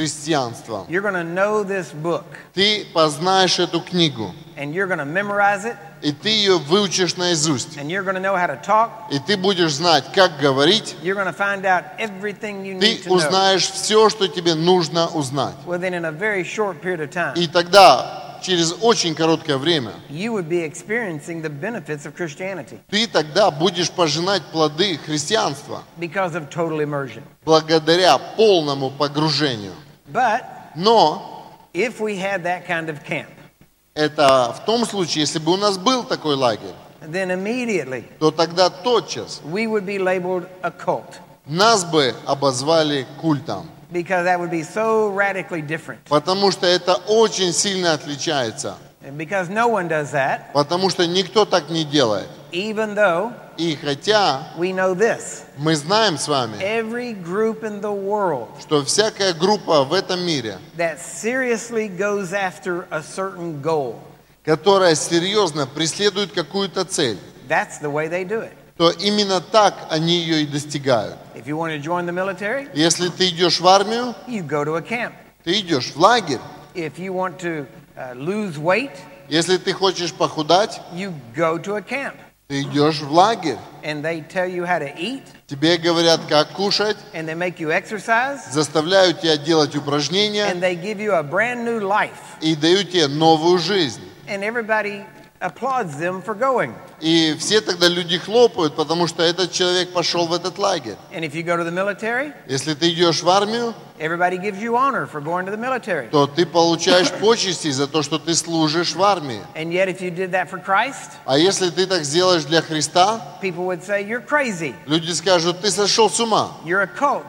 Speaker 2: христианством.
Speaker 1: You're going to know this book
Speaker 2: Ты познаешь эту книгу,
Speaker 1: and you're going to memorize it
Speaker 2: и ты ее выучишь наизусть.
Speaker 1: and you're going to know how to talk.
Speaker 2: И ты будешь знать, как говорить.
Speaker 1: You're going to find out everything you need
Speaker 2: Ты
Speaker 1: to know
Speaker 2: узнаешь все, что тебе нужно узнать.
Speaker 1: within in a very short period of time.
Speaker 2: И тогда, через очень короткое время,
Speaker 1: You would be experiencing the benefits of Christianity
Speaker 2: ты тогда будешь пожинать плоды христианства
Speaker 1: because of total immersion.
Speaker 2: благодаря полному погружению.
Speaker 1: But
Speaker 2: Но
Speaker 1: if we had that kind of camp,
Speaker 2: это в том случае, если бы у нас был такой лагерь,
Speaker 1: then immediately
Speaker 2: то тогда тотчас
Speaker 1: we would be labeled a cult
Speaker 2: нас бы обозвали культом.
Speaker 1: because that would be so radically different.
Speaker 2: Потому что это очень сильно отличается.
Speaker 1: And because no one does that,
Speaker 2: Потому что никто так не делает.
Speaker 1: even though
Speaker 2: И хотя
Speaker 1: we know this
Speaker 2: мы знаем с вами,
Speaker 1: every group in the world
Speaker 2: что всякая группа в этом мире,
Speaker 1: that seriously goes after a certain goal,
Speaker 2: которая серьезно преследует какую-то цель,
Speaker 1: that's the way they do it.
Speaker 2: то именно так они ее и достигают.
Speaker 1: If you want to join the military,
Speaker 2: Если ты идешь в армию,
Speaker 1: you go to a camp.
Speaker 2: ты идешь в лагерь.
Speaker 1: If you want to uh, lose weight,
Speaker 2: Если ты хочешь похудать,
Speaker 1: you go to a camp.
Speaker 2: ты идешь в лагерь.
Speaker 1: And they tell you how to eat,
Speaker 2: Тебе говорят, как кушать,
Speaker 1: and they make you exercise,
Speaker 2: заставляют тебя делать упражнения
Speaker 1: and they give you a brand new life.
Speaker 2: и дают тебе новую жизнь.
Speaker 1: And everybody applauds them for going.
Speaker 2: И все тогда люди хлопают, потому что этот человек пошел в этот лагерь.
Speaker 1: And if you go to the military,
Speaker 2: Если ты идешь в армию,
Speaker 1: everybody gives you honor for going to the military.
Speaker 2: то ты получаешь почести за то, что ты служишь в армии.
Speaker 1: And yet, if you did that for Christ,
Speaker 2: А если ты так сделаешь для Христа,
Speaker 1: people would say, You're crazy.
Speaker 2: люди скажут, ты сошел с ума,
Speaker 1: You're a cult.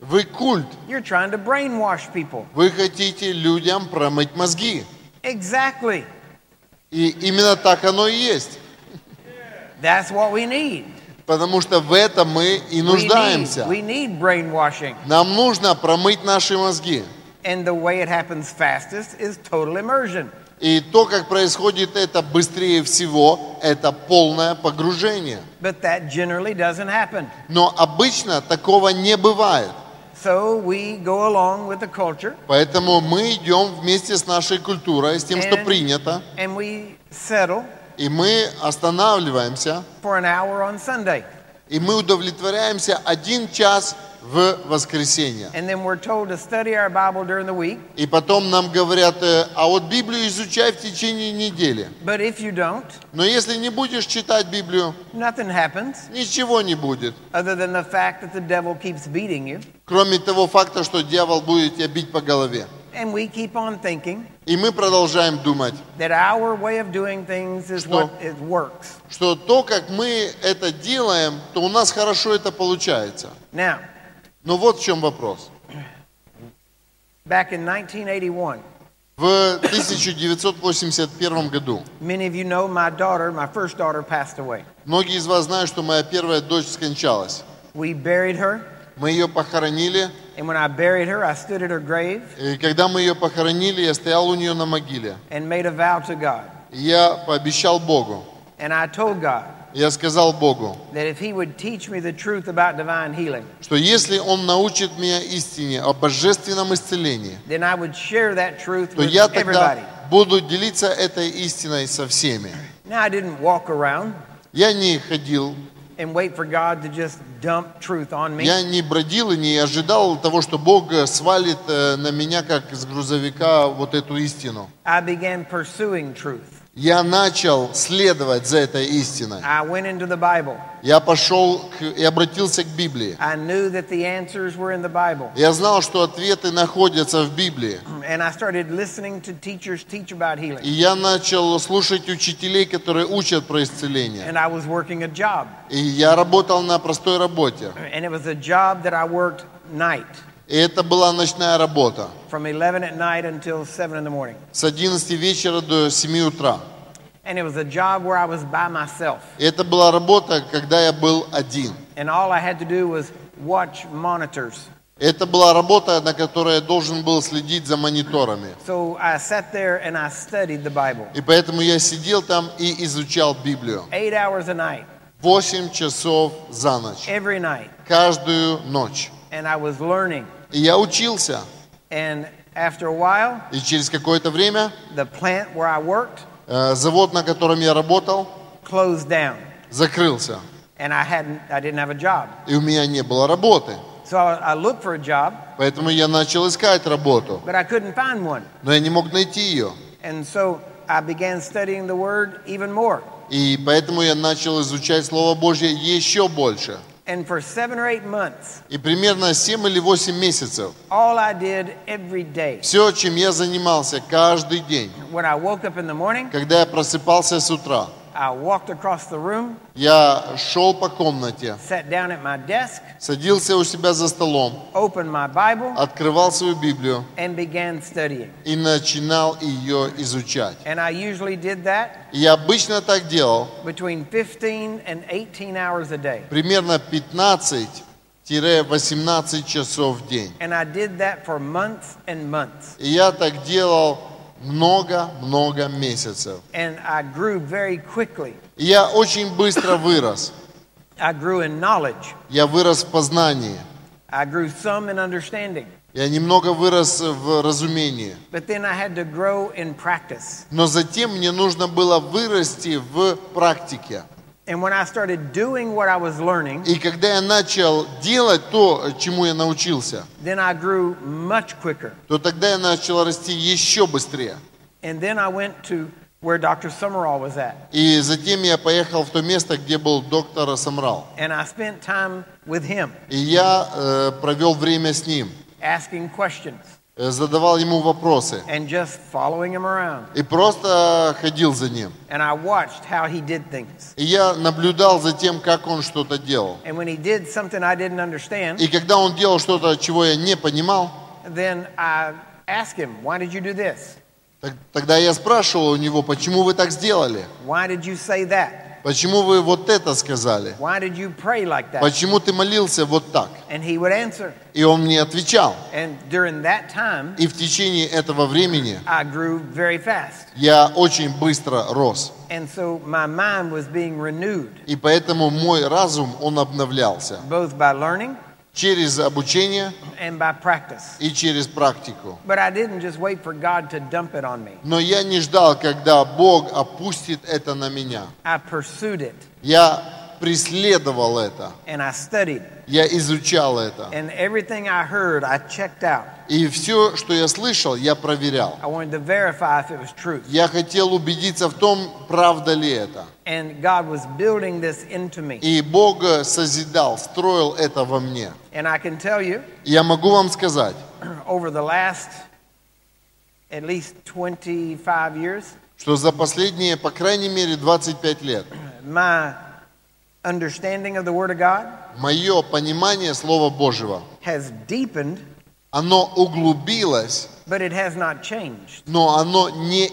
Speaker 2: вы культ,
Speaker 1: You're trying to brainwash people.
Speaker 2: вы хотите людям промыть мозги.
Speaker 1: Exactly.
Speaker 2: И именно так оно и есть,
Speaker 1: That's what we need.
Speaker 2: потому что в этом мы и
Speaker 1: We need,
Speaker 2: нуждаемся.
Speaker 1: we need brainwashing.
Speaker 2: Нам нужно промыть наши мозги.
Speaker 1: And the way it happens fastest is total immersion.
Speaker 2: И то, как происходит это быстрее всего, это полное погружение.
Speaker 1: But that generally doesn't happen.
Speaker 2: Но обычно такого не бывает.
Speaker 1: So we go along with the culture
Speaker 2: Поэтому мы идем вместе с нашей культурой, с тем, что
Speaker 1: And-
Speaker 2: принято,
Speaker 1: and we settle
Speaker 2: и мы останавливаемся,
Speaker 1: for an hour on Sunday.
Speaker 2: и мы удовлетворяемся один час в воскресенье.
Speaker 1: And then we're told to study our Bible during the week.
Speaker 2: И потом нам говорят, э, а вот Библию изучай в течение недели.
Speaker 1: But if you don't,
Speaker 2: Но если не будешь читать Библию,
Speaker 1: nothing happens
Speaker 2: ничего не будет.
Speaker 1: other than the fact that the devil keeps beating you
Speaker 2: Кроме того факта, что дьявол будет тебя бить по голове.
Speaker 1: And we keep on thinking
Speaker 2: И мы продолжаем думать,
Speaker 1: that our way of doing things is
Speaker 2: Что?
Speaker 1: what it works.
Speaker 2: что то, как мы это делаем, то у нас хорошо это получается.
Speaker 1: Now,
Speaker 2: Но вот в чем вопрос.
Speaker 1: back in 1981,
Speaker 2: В 1981 году
Speaker 1: many of you know my daughter, my first daughter, passed away.
Speaker 2: многие из вас знают, что моя первая дочь скончалась.
Speaker 1: We buried her,
Speaker 2: Мы ее похоронили,
Speaker 1: and when I buried her, I stood at her grave
Speaker 2: и когда мы ее похоронили, я стоял у нее на могиле.
Speaker 1: and made a vow to God.
Speaker 2: И я пообещал Богу,
Speaker 1: And I told God
Speaker 2: я сказал Богу,
Speaker 1: that if He would teach me the truth about divine healing,
Speaker 2: что если Он научит меня истине о божественном исцелении,
Speaker 1: then I would share that truth
Speaker 2: то
Speaker 1: with
Speaker 2: я
Speaker 1: everybody.
Speaker 2: тогда буду делиться этой истиной со всеми.
Speaker 1: Now, I didn't walk around
Speaker 2: Я не ходил,
Speaker 1: and wait for God to just dump truth on me.
Speaker 2: я не бродил и не ожидал того, что Бог э, свалит э, на меня, как с грузовика, вот эту истину.
Speaker 1: I began pursuing truth.
Speaker 2: Я начал следовать за этой истиной.
Speaker 1: I went into the Bible.
Speaker 2: Я пошел к- и обратился к Библии.
Speaker 1: I knew that the answers were in the Bible.
Speaker 2: Я знал, что ответы находятся в Библии.
Speaker 1: And I started listening to teachers teach about
Speaker 2: И
Speaker 1: healing.
Speaker 2: я начал слушать учителей, которые учат про исцеление.
Speaker 1: And I was working a job.
Speaker 2: И я работал на простой работе.
Speaker 1: And it was a job that I worked night
Speaker 2: И это была ночная работа.
Speaker 1: from 11 at night until 7 in the morning.
Speaker 2: С 11 вечера до 7 утра.
Speaker 1: And it was a job where I was by myself.
Speaker 2: И это была работа, когда я был один.
Speaker 1: And all I had to do was watch monitors.
Speaker 2: Это была работа, на которой я должен был следить за мониторами.
Speaker 1: So I sat there and I studied the Bible.
Speaker 2: И поэтому я сидел там и изучал Библию.
Speaker 1: Eight hours a night,
Speaker 2: 8 часов за ночь.
Speaker 1: every night.
Speaker 2: Каждую ночь.
Speaker 1: And I was learning.
Speaker 2: И я учился.
Speaker 1: And after a while,
Speaker 2: И через какое-то время
Speaker 1: the plant where I worked
Speaker 2: э, завод, на котором я работал,
Speaker 1: closed down.
Speaker 2: закрылся.
Speaker 1: And I hadn't, I didn't have a job.
Speaker 2: И у меня не было работы.
Speaker 1: So I, I looked for a job,
Speaker 2: Поэтому я начал искать работу.
Speaker 1: but I couldn't find one.
Speaker 2: Но я не мог найти ее.
Speaker 1: And so I began studying the Word even more.
Speaker 2: И поэтому я начал изучать Слово Божье еще больше.
Speaker 1: And for seven or eight months,
Speaker 2: И примерно 7 или 8 месяцев
Speaker 1: all I did every day,
Speaker 2: все, чем я занимался каждый день,
Speaker 1: when I woke up in the morning,
Speaker 2: когда я просыпался с утра,
Speaker 1: I walked across the room,
Speaker 2: я шел по комнате,
Speaker 1: sat down at my desk,
Speaker 2: садился у себя за столом,
Speaker 1: opened my Bible,
Speaker 2: открывал свою Библию
Speaker 1: and began studying.
Speaker 2: и начинал ее изучать.
Speaker 1: And I usually did that
Speaker 2: И я обычно так делал
Speaker 1: between 15 and 18 hours a day.
Speaker 2: примерно 15-18 часов в день.
Speaker 1: And I did that for months and months.
Speaker 2: И я так делал много-много месяцев.
Speaker 1: And I grew very quickly.
Speaker 2: И я очень быстро вырос.
Speaker 1: I grew in knowledge.
Speaker 2: Я вырос в познании.
Speaker 1: I grew some in understanding.
Speaker 2: Я немного вырос в разумении.
Speaker 1: But then I had to grow in practice.
Speaker 2: Но затем мне нужно было вырасти в практике.
Speaker 1: And when I started doing what I was learning,
Speaker 2: И когда я начал делать то, чему я научился,
Speaker 1: then I grew much quicker.
Speaker 2: то тогда я начал расти еще быстрее.
Speaker 1: And then I went to where Dr. Summerall was at.
Speaker 2: И затем я поехал в то место, где был доктор Самрал.
Speaker 1: And I spent time with him,
Speaker 2: И я э, провел время с ним,
Speaker 1: asking questions
Speaker 2: э, задавал ему вопросы
Speaker 1: and just following him around.
Speaker 2: и просто ходил за ним.
Speaker 1: And I watched how he did things.
Speaker 2: И я наблюдал за тем, как он что-то делал.
Speaker 1: And when he did something I didn't understand,
Speaker 2: И когда он делал что-то, чего я не понимал,
Speaker 1: then I asked him, Why did you do this?
Speaker 2: так- тогда я спрашивал у него, почему вы так сделали?
Speaker 1: Why did you say that?
Speaker 2: Почему вы вот это сказали?
Speaker 1: Why did you pray like that?
Speaker 2: Почему ты молился вот так?
Speaker 1: And he would answer.
Speaker 2: И он мне отвечал.
Speaker 1: And during that time,
Speaker 2: И в течение этого времени
Speaker 1: I grew very fast.
Speaker 2: я очень быстро рос.
Speaker 1: And so my mind was being renewed,
Speaker 2: И поэтому мой разум, он обновлялся
Speaker 1: both by learning
Speaker 2: через обучение
Speaker 1: and by practice.
Speaker 2: и через практику.
Speaker 1: But I didn't just wait for God to dump it on me,
Speaker 2: Но я не ждал, когда Бог опустит это на меня.
Speaker 1: I pursued it
Speaker 2: Я преследовал это.
Speaker 1: and I studied.
Speaker 2: Я изучал это.
Speaker 1: And everything I heard, I checked out.
Speaker 2: И все, что я slышал, я проверял.
Speaker 1: I wanted to verify if it was truth.
Speaker 2: Я хотел убедиться в том, правда ли это.
Speaker 1: And God was building this into me.
Speaker 2: И Бог э, созидал, строил это во мне.
Speaker 1: And I can tell you,
Speaker 2: Я могу вам сказать,
Speaker 1: over the last at least 25 years,
Speaker 2: что за последние, по крайней мере, 25 лет
Speaker 1: my understanding of the Word of God
Speaker 2: мое понимание Слова Божьего,
Speaker 1: has deepened,
Speaker 2: оно углубилось,
Speaker 1: but it has not changed.
Speaker 2: но оно не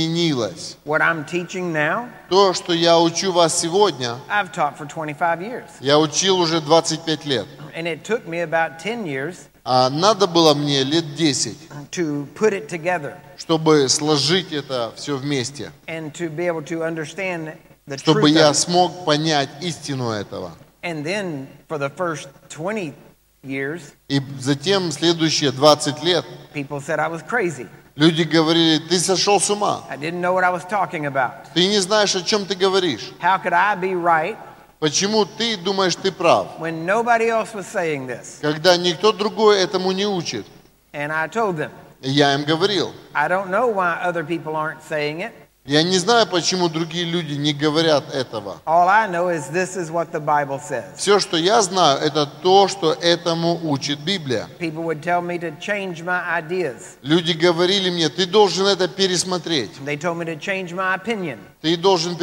Speaker 2: изменилось.
Speaker 1: What I'm teaching now,
Speaker 2: То, что я учу вас сегодня,
Speaker 1: I've taught for 25 years.
Speaker 2: я учил уже 25 лет.
Speaker 1: And it took me about 10 years
Speaker 2: А надо было мне лет 10,
Speaker 1: to put it together
Speaker 2: чтобы сложить это все вместе,
Speaker 1: and to be able to understand the
Speaker 2: чтобы
Speaker 1: truth
Speaker 2: я
Speaker 1: of it.
Speaker 2: смог понять истину этого.
Speaker 1: And then for the first 20 years,
Speaker 2: И затем следующие 20 лет
Speaker 1: people said I was crazy.
Speaker 2: люди говорили, ты сошел с ума,
Speaker 1: I didn't know what I was talking about.
Speaker 2: ты не знаешь, о чем ты говоришь.
Speaker 1: How could I be right
Speaker 2: Почему ты думаешь, ты прав?
Speaker 1: when nobody else was saying this?
Speaker 2: Когда никто другой этому не учит.
Speaker 1: And I told them,
Speaker 2: И Я им говорил,
Speaker 1: I don't know why other people aren't saying it.
Speaker 2: я не знаю, почему другие люди не говорят этого.
Speaker 1: All I know is this is what the Bible says.
Speaker 2: Все, что я знаю, это то, что этому учит Библия.
Speaker 1: People would tell me to change my ideas.
Speaker 2: Люди говорили мне, ты должен это пересмотреть.
Speaker 1: They told me to change my opinion.
Speaker 2: Ты должен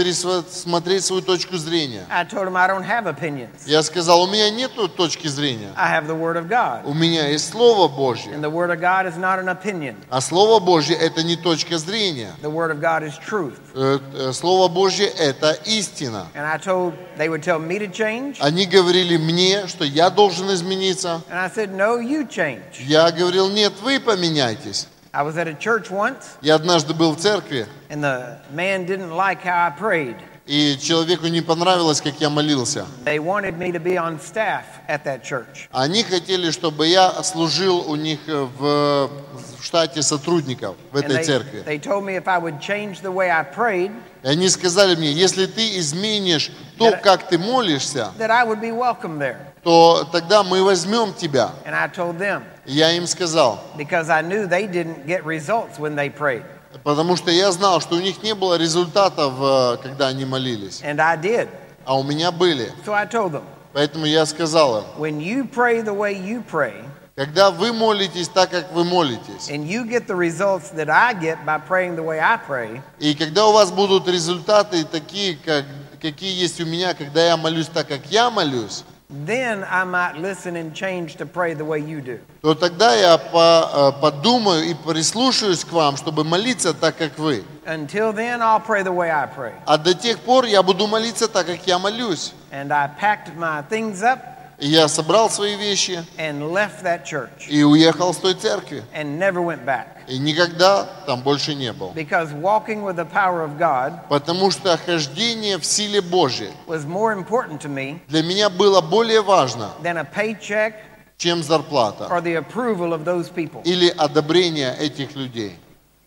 Speaker 2: пересмотреть свою точку зрения.
Speaker 1: I told them I don't have opinions.
Speaker 2: Я сказал, у меня нету точки зрения.
Speaker 1: I have the Word of God.
Speaker 2: У меня есть Слово Божье.
Speaker 1: And the Word of God is not an opinion.
Speaker 2: А Слово Божье – это не точка зрения.
Speaker 1: The Word of God is truth.
Speaker 2: Э, э, Слово Божье – это истина.
Speaker 1: And I told, they would tell me to change.
Speaker 2: Они говорили мне, что я должен измениться.
Speaker 1: And I said, no, you change.
Speaker 2: Я говорил, нет, вы поменяйтесь.
Speaker 1: I was at a church once,
Speaker 2: Я однажды был в церкви,
Speaker 1: and the man didn't like how I prayed.
Speaker 2: и человеку не понравилось, как я молился.
Speaker 1: They wanted me to be on staff at that church.
Speaker 2: Они хотели, чтобы я служил у них э, в, в штате сотрудников в
Speaker 1: And
Speaker 2: этой
Speaker 1: they,
Speaker 2: церкви.
Speaker 1: they told me if I would change the way I prayed,
Speaker 2: И они сказали мне, если ты изменишь то,
Speaker 1: That I-
Speaker 2: как ты молишься,
Speaker 1: that I would be welcome there.
Speaker 2: то тогда мы возьмем тебя.
Speaker 1: And I told them,
Speaker 2: И Я им сказал,
Speaker 1: because I knew they didn't get results when they prayed.
Speaker 2: потому что я знал, что у них не было результатов, э, когда они молились,
Speaker 1: And I did.
Speaker 2: а у меня были.
Speaker 1: So I told them,
Speaker 2: Поэтому я сказал им,
Speaker 1: when you pray the way you pray,
Speaker 2: когда вы молитесь так, как вы молитесь,
Speaker 1: and you get the results that I get by praying the way I pray,
Speaker 2: И когда у вас будут результаты такие, как, какие есть у меня, когда я молюсь так, как я молюсь,
Speaker 1: then I might listen and change to pray the way you do.
Speaker 2: то тогда я по- э, подумаю и прислушаюсь к вам, чтобы молиться так, как вы.
Speaker 1: Until then, I'll pray the way I pray.
Speaker 2: А до тех пор я буду молиться так, как я молюсь.
Speaker 1: And I packed my things up
Speaker 2: И я собрал свои вещи
Speaker 1: and left that church
Speaker 2: и уехал с той церкви.
Speaker 1: and never went back.
Speaker 2: И никогда там больше не был.
Speaker 1: Because walking with the power of God
Speaker 2: Потому что хождение в силе Божьей
Speaker 1: was more important to me
Speaker 2: для меня было более важно,
Speaker 1: than a paycheck
Speaker 2: чем зарплата
Speaker 1: or the approval of those people.
Speaker 2: или одобрение этих людей.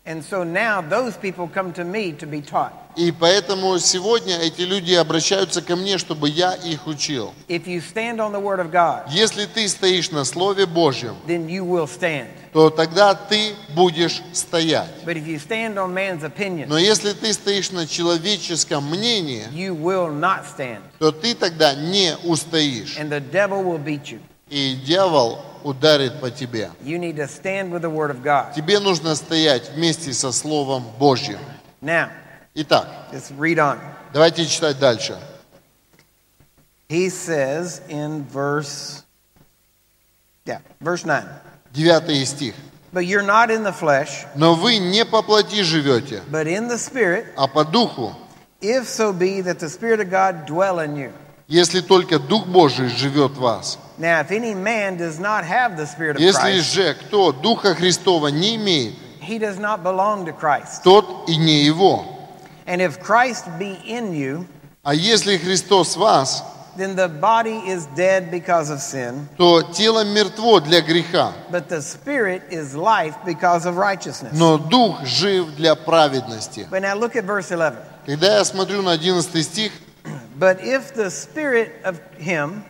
Speaker 1: And so now those people come to me to be taught.
Speaker 2: И поэтому сегодня эти люди обращаются ко мне, чтобы я их учил.
Speaker 1: If you stand on the Word of God,
Speaker 2: Если ты стоишь на Слове Божьем,
Speaker 1: then you will stand.
Speaker 2: то тогда ты будешь стоять.
Speaker 1: But if you stand on man's opinion,
Speaker 2: Но если ты стоишь на человеческом мнении,
Speaker 1: you will not stand.
Speaker 2: то ты тогда не устоишь.
Speaker 1: And the devil will beat you.
Speaker 2: И дьявол ударит по тебе.
Speaker 1: You need to stand with the Word of God.
Speaker 2: Тебе нужно стоять вместе со Словом Божьим.
Speaker 1: Now,
Speaker 2: Итак,
Speaker 1: let's read on.
Speaker 2: давайте читать дальше.
Speaker 1: He says in verse, yeah, verse 9,
Speaker 2: Девятый стих.
Speaker 1: But you're not in the flesh,
Speaker 2: Но вы не по плоти живете,
Speaker 1: but in the Spirit,
Speaker 2: а по духу,
Speaker 1: if so be that the Spirit of God dwell in you.
Speaker 2: если только Дух Божий живет в вас.
Speaker 1: Now, if any man does not have the Spirit of
Speaker 2: Если
Speaker 1: Christ,
Speaker 2: же кто Духа Христова не имеет,
Speaker 1: he does not belong to Christ.
Speaker 2: тот и не его.
Speaker 1: And if Christ be in you,
Speaker 2: А если Христос в вас,
Speaker 1: then the body is dead because of sin,
Speaker 2: то тело мертво для греха,
Speaker 1: but the Spirit is life because of righteousness.
Speaker 2: но Дух жив для праведности.
Speaker 1: But now look at verse 11.
Speaker 2: Когда я смотрю на 11 стих,
Speaker 1: But if the Spirit of Him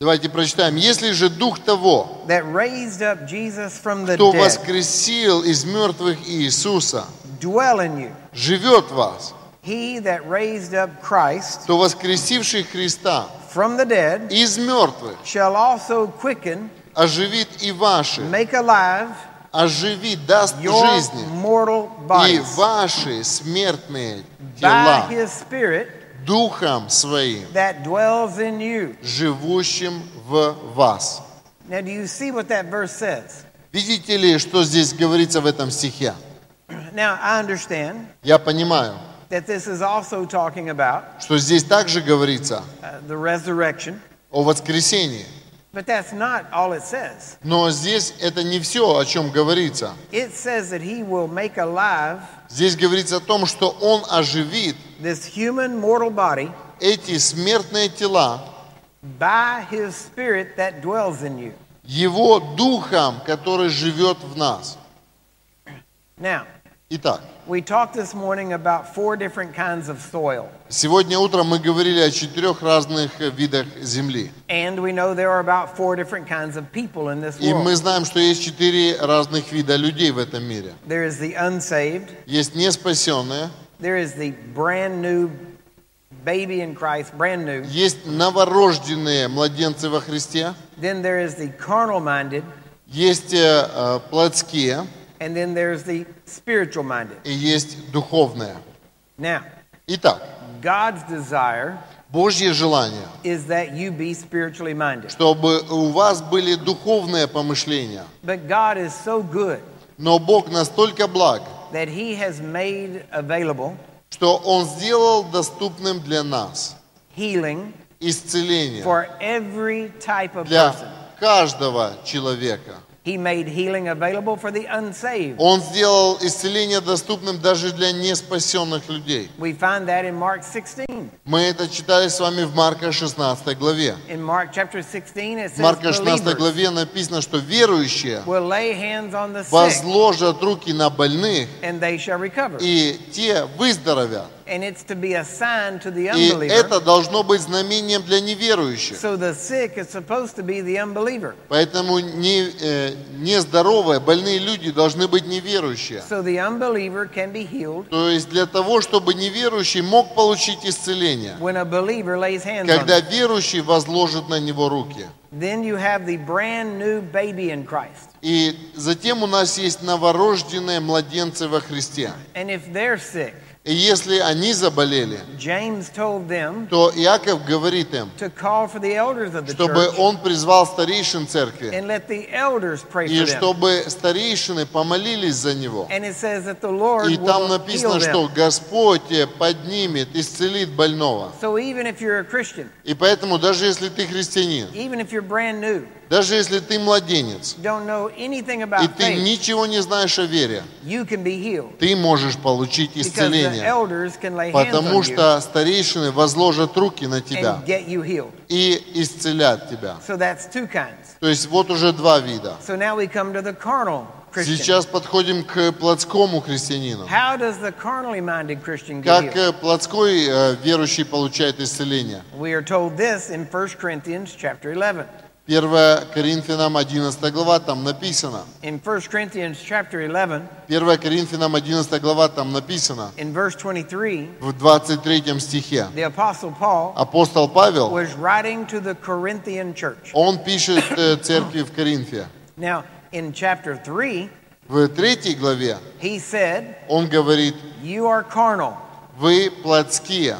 Speaker 2: давайте прочитаем. Если же Дух того,
Speaker 1: that raised up Jesus from the
Speaker 2: кто
Speaker 1: dead
Speaker 2: воскресил из мертвых Иисуса,
Speaker 1: dwell in you,
Speaker 2: живет в вас,
Speaker 1: he that raised up Christ
Speaker 2: то воскресивший Христа
Speaker 1: from the dead
Speaker 2: из мертвых
Speaker 1: shall also quicken,
Speaker 2: оживит и ваши,
Speaker 1: make alive
Speaker 2: оживит, даст
Speaker 1: your
Speaker 2: жизни
Speaker 1: mortal
Speaker 2: и
Speaker 1: bodies
Speaker 2: ваши смертные
Speaker 1: by
Speaker 2: тела
Speaker 1: his spirit
Speaker 2: духом своим,
Speaker 1: that dwells in you.
Speaker 2: живущим в вас.
Speaker 1: Now, do you see what that verse says?
Speaker 2: Видите ли, что здесь говорится в этом стихе?
Speaker 1: Now, I understand
Speaker 2: Я понимаю,
Speaker 1: that this is also talking about
Speaker 2: что здесь также говорится
Speaker 1: uh, the resurrection,
Speaker 2: о воскресении.
Speaker 1: but that's not all it says.
Speaker 2: Но здесь это не все, о чем говорится.
Speaker 1: It says that he will make alive
Speaker 2: Здесь говорится о том, что Он оживит
Speaker 1: this human mortal body
Speaker 2: эти смертные тела
Speaker 1: by his spirit that dwells in you.
Speaker 2: Его Духом, который живет в нас.
Speaker 1: Now,
Speaker 2: Итак,
Speaker 1: we talked this morning about four different kinds of soil,
Speaker 2: сегодня утром мы говорили о четырех разных видах земли.
Speaker 1: and we know there are about four different kinds of people in this
Speaker 2: И
Speaker 1: world.
Speaker 2: мы знаем, что есть четыре разных вида людей в этом мире.
Speaker 1: There is the unsaved,
Speaker 2: Есть неспасенные,
Speaker 1: there is the brand new baby in Christ, brand new.
Speaker 2: есть новорожденные младенцы во Христе,
Speaker 1: Then there is the carnal minded,
Speaker 2: есть э, э, плотские
Speaker 1: and then there's the spiritual minded.
Speaker 2: и есть духовные.
Speaker 1: Now,
Speaker 2: Итак,
Speaker 1: God's desire
Speaker 2: Божье желание,
Speaker 1: is that you be spiritually minded.
Speaker 2: чтобы у вас были духовные помышления.
Speaker 1: But God is so good
Speaker 2: Но Бог настолько благ,
Speaker 1: that He has made available
Speaker 2: что Он сделал доступным для нас
Speaker 1: healing
Speaker 2: исцеление
Speaker 1: for every type of
Speaker 2: для
Speaker 1: person.
Speaker 2: каждого человека.
Speaker 1: He made healing available for the unsaved.
Speaker 2: Он сделал исцеление доступным даже для неспасенных людей.
Speaker 1: We find that in Mark 16.
Speaker 2: Мы это читали с вами в Марка 16 главе.
Speaker 1: In Mark chapter 16, it says,
Speaker 2: В Марка 16
Speaker 1: "Believers
Speaker 2: главе написано, что верующие
Speaker 1: will lay hands on the sick
Speaker 2: возложат руки на больных,
Speaker 1: and they shall recover.
Speaker 2: и те выздоровят.
Speaker 1: And it's to be a sign to the
Speaker 2: И
Speaker 1: unbeliever.
Speaker 2: это должно быть знамением для неверующих.
Speaker 1: So the sick is supposed to be the unbeliever.
Speaker 2: Поэтому не, э, нездоровые, больные люди должны быть неверующие.
Speaker 1: So the unbeliever can be healed
Speaker 2: То есть для того, чтобы неверующий мог получить исцеление,
Speaker 1: when a believer lays hands on
Speaker 2: когда
Speaker 1: them.
Speaker 2: верующий возложит на него руки.
Speaker 1: Then you have the brand new baby in Christ.
Speaker 2: И затем у нас есть новорожденные младенцы во Христе.
Speaker 1: And if they're sick,
Speaker 2: И если они заболели,
Speaker 1: James told them
Speaker 2: то Иаков говорит им,
Speaker 1: to call for the elders of the
Speaker 2: чтобы
Speaker 1: church
Speaker 2: он призвал старейшин церкви,
Speaker 1: and let the elders pray
Speaker 2: и
Speaker 1: for them.
Speaker 2: чтобы старейшины помолились за него.
Speaker 1: And it says that the Lord
Speaker 2: И там
Speaker 1: will heal
Speaker 2: написано, что
Speaker 1: them.
Speaker 2: Господь э, поднимет, исцелит больного.
Speaker 1: So even if you're a Christian,
Speaker 2: И поэтому, даже если ты христианин,
Speaker 1: even if you're brand new,
Speaker 2: даже если ты младенец,
Speaker 1: don't know anything
Speaker 2: и
Speaker 1: about
Speaker 2: ты
Speaker 1: faith,
Speaker 2: ничего не знаешь о вере,
Speaker 1: you can be healed
Speaker 2: ты можешь получить
Speaker 1: because the
Speaker 2: исцеление,
Speaker 1: elders can lay hands
Speaker 2: потому
Speaker 1: on you
Speaker 2: что старейшины возложат руки на тебя
Speaker 1: and get you healed.
Speaker 2: и исцелят тебя.
Speaker 1: So that's two kinds.
Speaker 2: То есть вот уже два вида.
Speaker 1: So now we come to the carnal Christian.
Speaker 2: Сейчас подходим к плотскому христианину.
Speaker 1: How does the carnally minded Christian get
Speaker 2: Как
Speaker 1: healed?
Speaker 2: э, плотской э, верующий получает исцеление?
Speaker 1: We are told this in 1 Corinthians chapter 11.
Speaker 2: 1 Коринфянам 11 глава, там написано.
Speaker 1: In 1 Corinthians chapter 11,
Speaker 2: 1 Коринфянам 11 глава, там написано.
Speaker 1: in verse 23,
Speaker 2: В 23 стихе.
Speaker 1: the Apostle Paul
Speaker 2: Апостол Павел,
Speaker 1: was writing to the Corinthian church.
Speaker 2: он пишет э, церкви в Коринфе.
Speaker 1: Now, in chapter 3,
Speaker 2: В третьей главе
Speaker 1: he said,
Speaker 2: он говорит,
Speaker 1: You are carnal.
Speaker 2: вы плотские.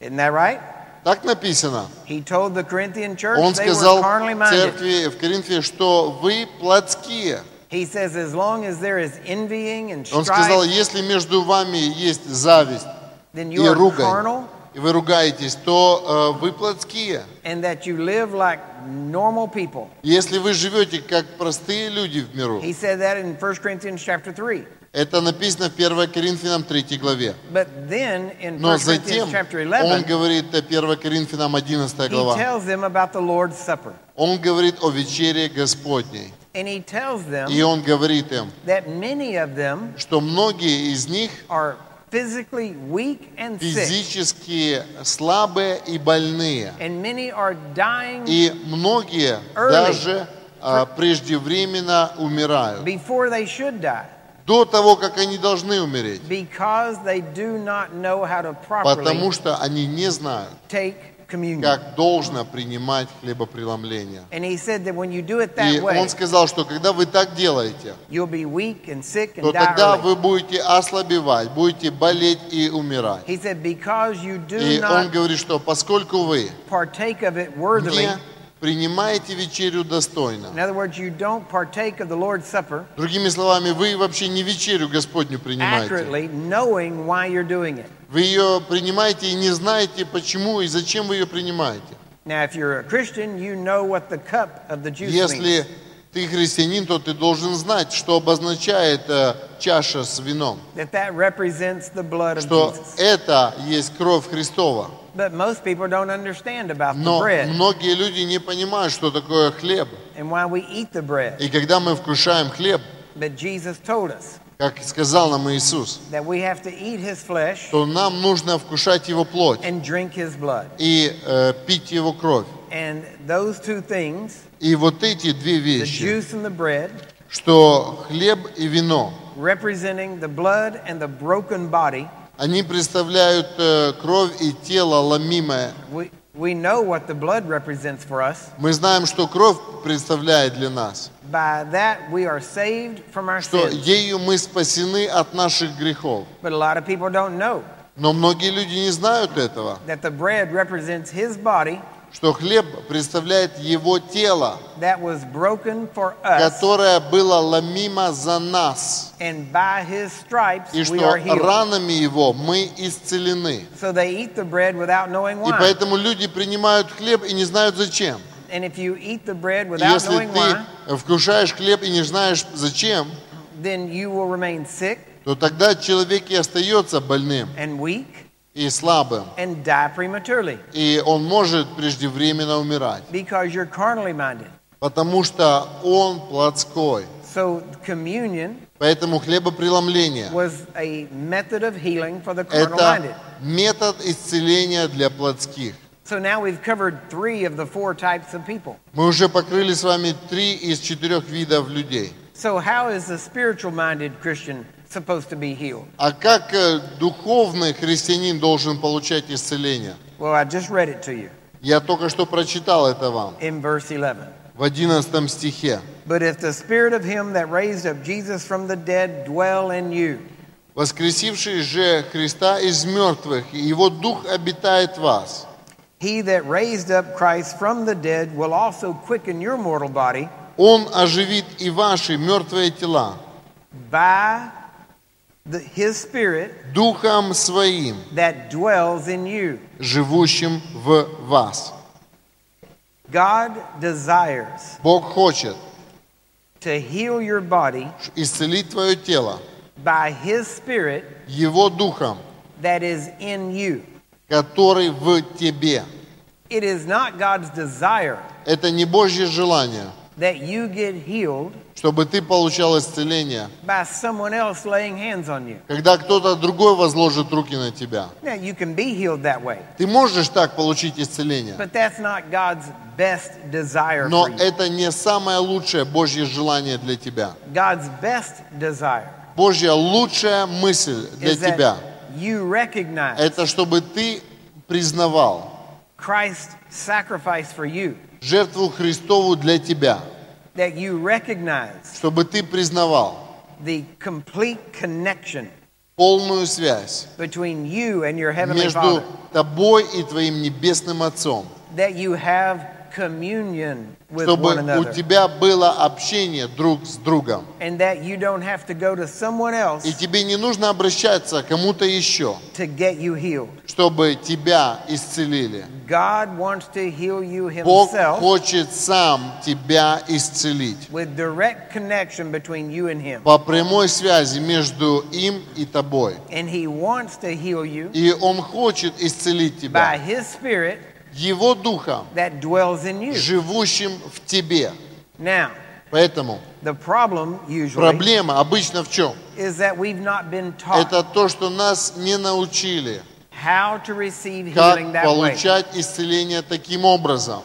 Speaker 1: Isn't that right?
Speaker 2: Так написано.
Speaker 1: He told the Corinthian church
Speaker 2: Он
Speaker 1: they were
Speaker 2: сказал
Speaker 1: carnally minded.
Speaker 2: церкви в Коринфе, что вы плотские.
Speaker 1: He says, As long as there is envying and
Speaker 2: Он сказал,
Speaker 1: strife,
Speaker 2: если между вами есть зависть,
Speaker 1: then you
Speaker 2: и
Speaker 1: are
Speaker 2: ругань,
Speaker 1: carnal,
Speaker 2: и вы ругаетесь, то э, вы плотские.
Speaker 1: and that you live like normal people.
Speaker 2: Если вы живете как простые люди в миру,
Speaker 1: He said that in 1 Corinthians chapter 3.
Speaker 2: это написано в 1 Коринфянам 3 главе.
Speaker 1: But then in
Speaker 2: Но
Speaker 1: 1
Speaker 2: затем
Speaker 1: Corinthians chapter
Speaker 2: он
Speaker 1: 11,
Speaker 2: говорит, э, 1 Коринфянам 11
Speaker 1: he
Speaker 2: глава,
Speaker 1: tells them about the Lord's Supper.
Speaker 2: он говорит о вечере Господней.
Speaker 1: And he tells
Speaker 2: И
Speaker 1: them
Speaker 2: он говорит им,
Speaker 1: that many of them
Speaker 2: что многие из них
Speaker 1: are physically weak and sick,
Speaker 2: физически слабые и больные.
Speaker 1: and many are dying
Speaker 2: И многие
Speaker 1: Early.
Speaker 2: даже а, преждевременно умирают.
Speaker 1: before they should die
Speaker 2: До того, как они должны умереть.
Speaker 1: because they do not know how to
Speaker 2: Потому
Speaker 1: properly
Speaker 2: что они не знают,
Speaker 1: take communion.
Speaker 2: как должно принимать хлебопреломление.
Speaker 1: And he said that when you do it
Speaker 2: И
Speaker 1: that way,
Speaker 2: он сказал, что когда вы так делаете,
Speaker 1: you'll be weak and sick and
Speaker 2: то
Speaker 1: die
Speaker 2: тогда
Speaker 1: early.
Speaker 2: вы будете ослабевать, будете болеть и умирать.
Speaker 1: He said, because you do
Speaker 2: И он
Speaker 1: not
Speaker 2: говорит, что поскольку вы
Speaker 1: partake of it worthily,
Speaker 2: не принимаете вечерю
Speaker 1: in
Speaker 2: достойно,
Speaker 1: other words, you don't partake of the Lord's Supper
Speaker 2: другими словами, вы вообще не вечерю Господню принимаете.
Speaker 1: accurately, knowing why you're doing it.
Speaker 2: Вы ее принимаете и не знаете, почему и зачем вы ее принимаете.
Speaker 1: Now, if you're a Christian, you know what the cup of the juice means.
Speaker 2: Если ты христианин, то ты должен знать, что обозначает э, чаша с вином,
Speaker 1: That that represents the blood of
Speaker 2: что
Speaker 1: Jesus.
Speaker 2: это есть кровь Христова.
Speaker 1: But most people don't understand about the
Speaker 2: Но
Speaker 1: bread
Speaker 2: многие люди не понимают, что такое хлеб.
Speaker 1: and why we eat the bread.
Speaker 2: И когда мы вкушаем хлеб,
Speaker 1: But Jesus told us
Speaker 2: как сказал нам Иисус,
Speaker 1: that we have to eat his flesh
Speaker 2: то нам нужно вкушать его плоть
Speaker 1: and drink his blood.
Speaker 2: и э, пить его кровь.
Speaker 1: And those two things,
Speaker 2: И вот эти две
Speaker 1: the
Speaker 2: вещи,
Speaker 1: juice and the bread,
Speaker 2: что хлеб и вино,
Speaker 1: representing the blood and the broken body,
Speaker 2: они представляют э, кровь и тело ломимое.
Speaker 1: we, we know what the blood represents for us.
Speaker 2: Мы знаем, что кровь представляет для нас,
Speaker 1: By that, we are saved from our
Speaker 2: что
Speaker 1: sins.
Speaker 2: ею мы спасены от наших грехов.
Speaker 1: But a lot of people don't know
Speaker 2: Но многие люди не знают этого,
Speaker 1: that the bread represents his body
Speaker 2: что хлеб представляет его тело,
Speaker 1: that was broken for us,
Speaker 2: которое было ломимо за нас,
Speaker 1: and by his stripes
Speaker 2: и
Speaker 1: we
Speaker 2: что
Speaker 1: are healed.
Speaker 2: ранами его мы исцелены.
Speaker 1: So they eat the bread without knowing
Speaker 2: И
Speaker 1: why.
Speaker 2: поэтому люди принимают хлеб и не знают зачем.
Speaker 1: And if you eat the bread
Speaker 2: И
Speaker 1: without
Speaker 2: Если
Speaker 1: knowing why,
Speaker 2: ты вкушаешь хлеб и не знаешь зачем,
Speaker 1: then you will remain sick
Speaker 2: то тогда человек и остается больным
Speaker 1: and weak
Speaker 2: и слабым,
Speaker 1: and die prematurely
Speaker 2: и он может преждевременно умирать,
Speaker 1: because you're carnally minded.
Speaker 2: потому что он плотской.
Speaker 1: So communion
Speaker 2: Поэтому хлебопреломление
Speaker 1: was a method of healing for the
Speaker 2: –
Speaker 1: carnal minded.
Speaker 2: это метод исцеления для плотских.
Speaker 1: So now we've covered three of the four types of people.
Speaker 2: Мы уже покрыли с вами три из четырех видов людей.
Speaker 1: So how is the spiritual minded Christian supposed to be healed?
Speaker 2: А как э, духовный христианин должен получать исцеление?
Speaker 1: Well, I just read it to you
Speaker 2: Я только что прочитал это вам
Speaker 1: in verse 11.
Speaker 2: в 11 стихе.
Speaker 1: But if the spirit of him that raised up Jesus from the dead dwell in you,
Speaker 2: «Воскресивший же Христа из мертвых, и его дух обитает в вас,
Speaker 1: He that raised up Christ from the dead will also quicken your mortal body
Speaker 2: он оживит и ваши мертвые тела
Speaker 1: by the, his spirit
Speaker 2: духом своим,
Speaker 1: that dwells in you.
Speaker 2: живущим в вас».
Speaker 1: God desires
Speaker 2: Бог хочет
Speaker 1: to heal your body
Speaker 2: исцелить твое тело
Speaker 1: by his spirit
Speaker 2: его духом,
Speaker 1: that is in you.
Speaker 2: который в тебе.
Speaker 1: It is not God's desire
Speaker 2: Это не Божье желание,
Speaker 1: that you get healed
Speaker 2: чтобы ты получал исцеление,
Speaker 1: by someone else laying hands on you.
Speaker 2: когда кто-то другой возложит руки на тебя.
Speaker 1: Now, you can be healed that way,
Speaker 2: Ты можешь так получить исцеление,
Speaker 1: but that's not God's best desire
Speaker 2: но
Speaker 1: for you.
Speaker 2: это не самое лучшее Божье желание для тебя.
Speaker 1: God's best desire
Speaker 2: Божья лучшая мысль для
Speaker 1: is that
Speaker 2: тебя
Speaker 1: you
Speaker 2: –
Speaker 1: recognize
Speaker 2: это чтобы ты признавал
Speaker 1: Christ's sacrifice for you,
Speaker 2: жертву Христову для тебя,
Speaker 1: that you recognize
Speaker 2: чтобы ты признавал
Speaker 1: the complete connection
Speaker 2: полную связь
Speaker 1: between you and your Heavenly
Speaker 2: между
Speaker 1: Father,
Speaker 2: тобой и твоим Небесным Отцом,
Speaker 1: that you have communion with
Speaker 2: чтобы
Speaker 1: one
Speaker 2: у
Speaker 1: another,
Speaker 2: тебя было общение друг с другом.
Speaker 1: and that you don't have to go to someone
Speaker 2: И
Speaker 1: else
Speaker 2: тебе не нужно обращаться к кому-то еще,
Speaker 1: to get you healed.
Speaker 2: чтобы тебя исцелили.
Speaker 1: God wants to heal you
Speaker 2: Бог
Speaker 1: Himself
Speaker 2: хочет сам тебя исцелить
Speaker 1: with direct connection between you and Him.
Speaker 2: по прямой связи между им и тобой.
Speaker 1: And He wants to heal you
Speaker 2: И Он хочет исцелить
Speaker 1: by
Speaker 2: тебя
Speaker 1: His Spirit
Speaker 2: Его Духом,
Speaker 1: that dwells in you.
Speaker 2: живущим в тебе.
Speaker 1: Now,
Speaker 2: Поэтому
Speaker 1: The problem usually
Speaker 2: проблема обычно в чем?
Speaker 1: is that we've not been
Speaker 2: Это
Speaker 1: taught
Speaker 2: то, что нас не научили,
Speaker 1: how to receive healing that
Speaker 2: как
Speaker 1: way.
Speaker 2: получать исцеление таким образом.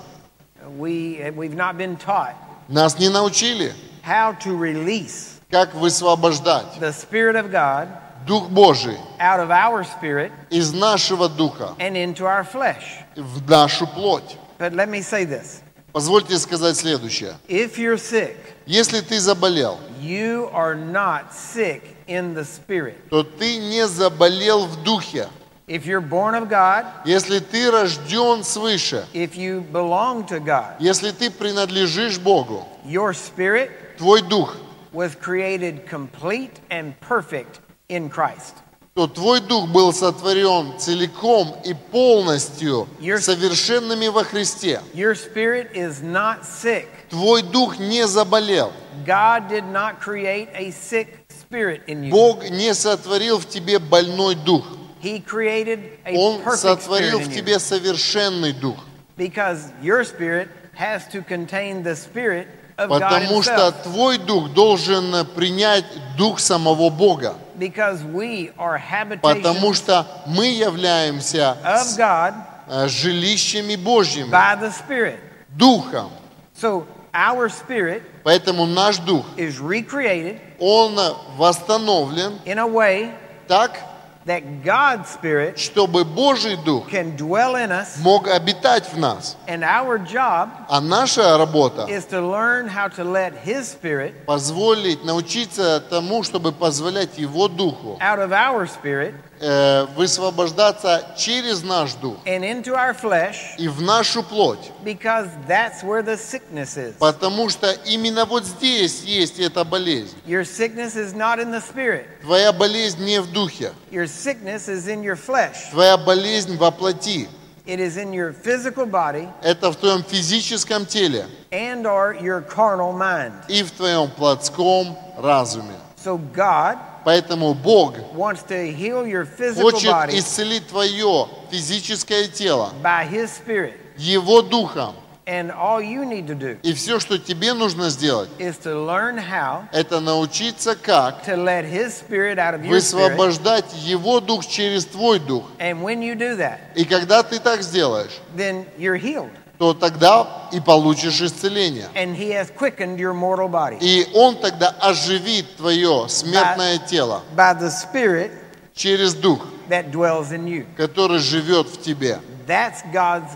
Speaker 1: We, eh, we've not been taught
Speaker 2: Нас не научили,
Speaker 1: how to release
Speaker 2: как высвобождать
Speaker 1: the Spirit of God
Speaker 2: Дух Божий
Speaker 1: out of our spirit
Speaker 2: из нашего духа
Speaker 1: and into our flesh.
Speaker 2: в нашу плоть.
Speaker 1: But let me say this
Speaker 2: Позвольте сказать следующее.
Speaker 1: if you're sick,
Speaker 2: Если ты заболел,
Speaker 1: you are not sick in the spirit.
Speaker 2: то ты не заболел в духе.
Speaker 1: If you're born of God,
Speaker 2: Если ты рожден свыше,
Speaker 1: if you belong to God,
Speaker 2: если ты принадлежишь Богу,
Speaker 1: your spirit
Speaker 2: твой дух,
Speaker 1: was created complete and perfect in Christ.
Speaker 2: то твой дух был сотворен целиком и полностью
Speaker 1: Your-
Speaker 2: совершенными во Христе.
Speaker 1: Your spirit is not sick.
Speaker 2: Твой дух не заболел.
Speaker 1: God did not create a sick spirit in you.
Speaker 2: Бог не сотворил в тебе больной дух.
Speaker 1: He created a
Speaker 2: Он
Speaker 1: perfect
Speaker 2: сотворил
Speaker 1: spirit
Speaker 2: в
Speaker 1: in you
Speaker 2: тебе совершенный дух.
Speaker 1: because your spirit has to contain the spirit of God
Speaker 2: Потому что
Speaker 1: himself
Speaker 2: твой дух должен принять дух самого Бога.
Speaker 1: because we are habitation
Speaker 2: Потому что мы являемся
Speaker 1: of
Speaker 2: с-
Speaker 1: God
Speaker 2: э, жилищами Божьими,
Speaker 1: by the spirit.
Speaker 2: духом.
Speaker 1: So our spirit
Speaker 2: Поэтому наш дух,
Speaker 1: is recreated
Speaker 2: он э, восстановлен
Speaker 1: in a way
Speaker 2: так,
Speaker 1: that God's spirit
Speaker 2: чтобы Божий дух
Speaker 1: can dwell in us
Speaker 2: мог обитать в нас.
Speaker 1: And our job
Speaker 2: А наша работа
Speaker 1: is to learn how to let His Spirit
Speaker 2: позволить научиться тому, чтобы позволять Его Духу
Speaker 1: out of our spirit
Speaker 2: э, высвобождаться через наш дух
Speaker 1: and into our flesh
Speaker 2: и в нашу плоть.
Speaker 1: because that's where the sickness is.
Speaker 2: Потому что именно вот здесь есть эта болезнь.
Speaker 1: Your sickness is not in the spirit,
Speaker 2: Твоя болезнь не в духе.
Speaker 1: your sickness is in your flesh.
Speaker 2: Твоя болезнь во плоти.
Speaker 1: It is in your physical body
Speaker 2: Это в твоем физическом теле
Speaker 1: and or your carnal mind.
Speaker 2: и в твоем плотском разуме.
Speaker 1: So God
Speaker 2: Поэтому Бог
Speaker 1: wants to heal your physical
Speaker 2: хочет
Speaker 1: body
Speaker 2: исцелить твое физическое тело
Speaker 1: by His Spirit.
Speaker 2: Его Духом.
Speaker 1: And all you need to do
Speaker 2: И все, что тебе нужно сделать,
Speaker 1: is to learn how
Speaker 2: это научиться как
Speaker 1: to let His Spirit out of your spirit.
Speaker 2: высвобождать Его Дух через твой Дух.
Speaker 1: And when you do that,
Speaker 2: И когда ты так сделаешь,
Speaker 1: then you're healed.
Speaker 2: то тогда и получишь исцеление.
Speaker 1: And he has quickened your mortal body
Speaker 2: И Он тогда оживит твое смертное тело
Speaker 1: by the Spirit
Speaker 2: через Дух,
Speaker 1: that dwells in you.
Speaker 2: который живет в тебе.
Speaker 1: That's God's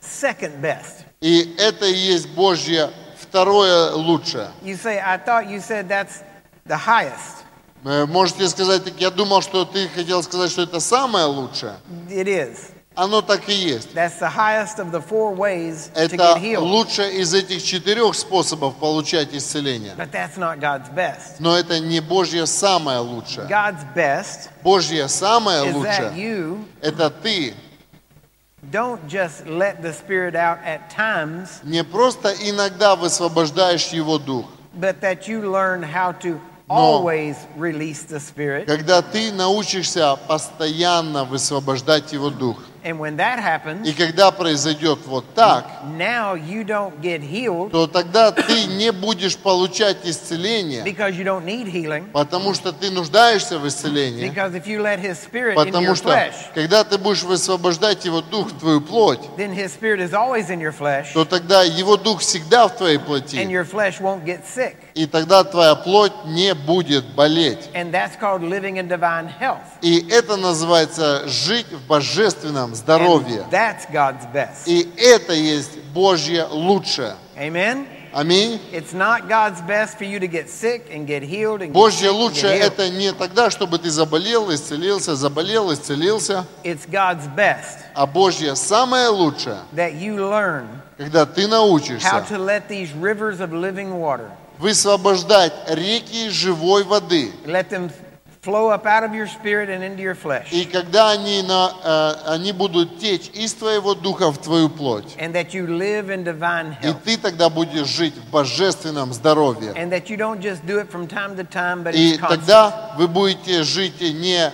Speaker 1: second best.
Speaker 2: И это и есть Божье второе лучшее.
Speaker 1: You say, I thought you said that's the highest.
Speaker 2: Э, Можете сказать, так я думал, что ты хотел сказать, что это самое лучшее.
Speaker 1: It is.
Speaker 2: Оно так и есть.
Speaker 1: That's the highest of the four ways to
Speaker 2: Это
Speaker 1: get healed.
Speaker 2: лучшее из этих четырех способов получать исцеление.
Speaker 1: But that's not God's best.
Speaker 2: Но это не Божье самое лучшее.
Speaker 1: God's best
Speaker 2: Божье самое
Speaker 1: is that
Speaker 2: лучшее
Speaker 1: you
Speaker 2: – это ты
Speaker 1: don't just let the Spirit out at times,
Speaker 2: не просто иногда высвобождаешь его дух,
Speaker 1: but that you learn how to always release the Spirit.
Speaker 2: когда ты научишься постоянно высвобождать его дух.
Speaker 1: And when that happens,
Speaker 2: И когда произойдет вот так,
Speaker 1: Now you don't get healed
Speaker 2: то тогда ты не будешь получать исцеление,
Speaker 1: because you don't need healing.
Speaker 2: потому что ты нуждаешься в исцелении,
Speaker 1: Because if you let His Spirit in
Speaker 2: потому
Speaker 1: your
Speaker 2: что
Speaker 1: flesh,
Speaker 2: когда ты будешь высвобождать его дух в твою плоть,
Speaker 1: then His Spirit is always in your flesh,
Speaker 2: то тогда его дух всегда в твоей
Speaker 1: and
Speaker 2: плоти,
Speaker 1: your flesh won't get sick.
Speaker 2: и тогда твоя плоть не будет болеть.
Speaker 1: And that's called living in divine health.
Speaker 2: И это называется жить в божественном здоровье.
Speaker 1: And that's God's best.
Speaker 2: И это есть Божье лучшее.
Speaker 1: Amen?
Speaker 2: Аминь.
Speaker 1: It's not God's best for you to get sick and get healed and get,
Speaker 2: Божье
Speaker 1: sick and
Speaker 2: лучшее –
Speaker 1: get healed.
Speaker 2: это не тогда, чтобы ты заболел, исцелился, заболел, исцелился,
Speaker 1: It's God's best
Speaker 2: а Божье самое лучшее,
Speaker 1: that you learn
Speaker 2: когда ты
Speaker 1: how
Speaker 2: научишься
Speaker 1: to let these rivers of living water
Speaker 2: высвобождать реки живой воды.
Speaker 1: let them flow up out of your spirit and into your flesh.
Speaker 2: И когда они, на, э, они будут течь из твоего духа в твою плоть,
Speaker 1: and that you live in divine
Speaker 2: и
Speaker 1: health,
Speaker 2: ты тогда будешь жить в божественном здоровье.
Speaker 1: and that you don't just do it from time to time, but
Speaker 2: И
Speaker 1: it's constant.
Speaker 2: тогда вы будете жить не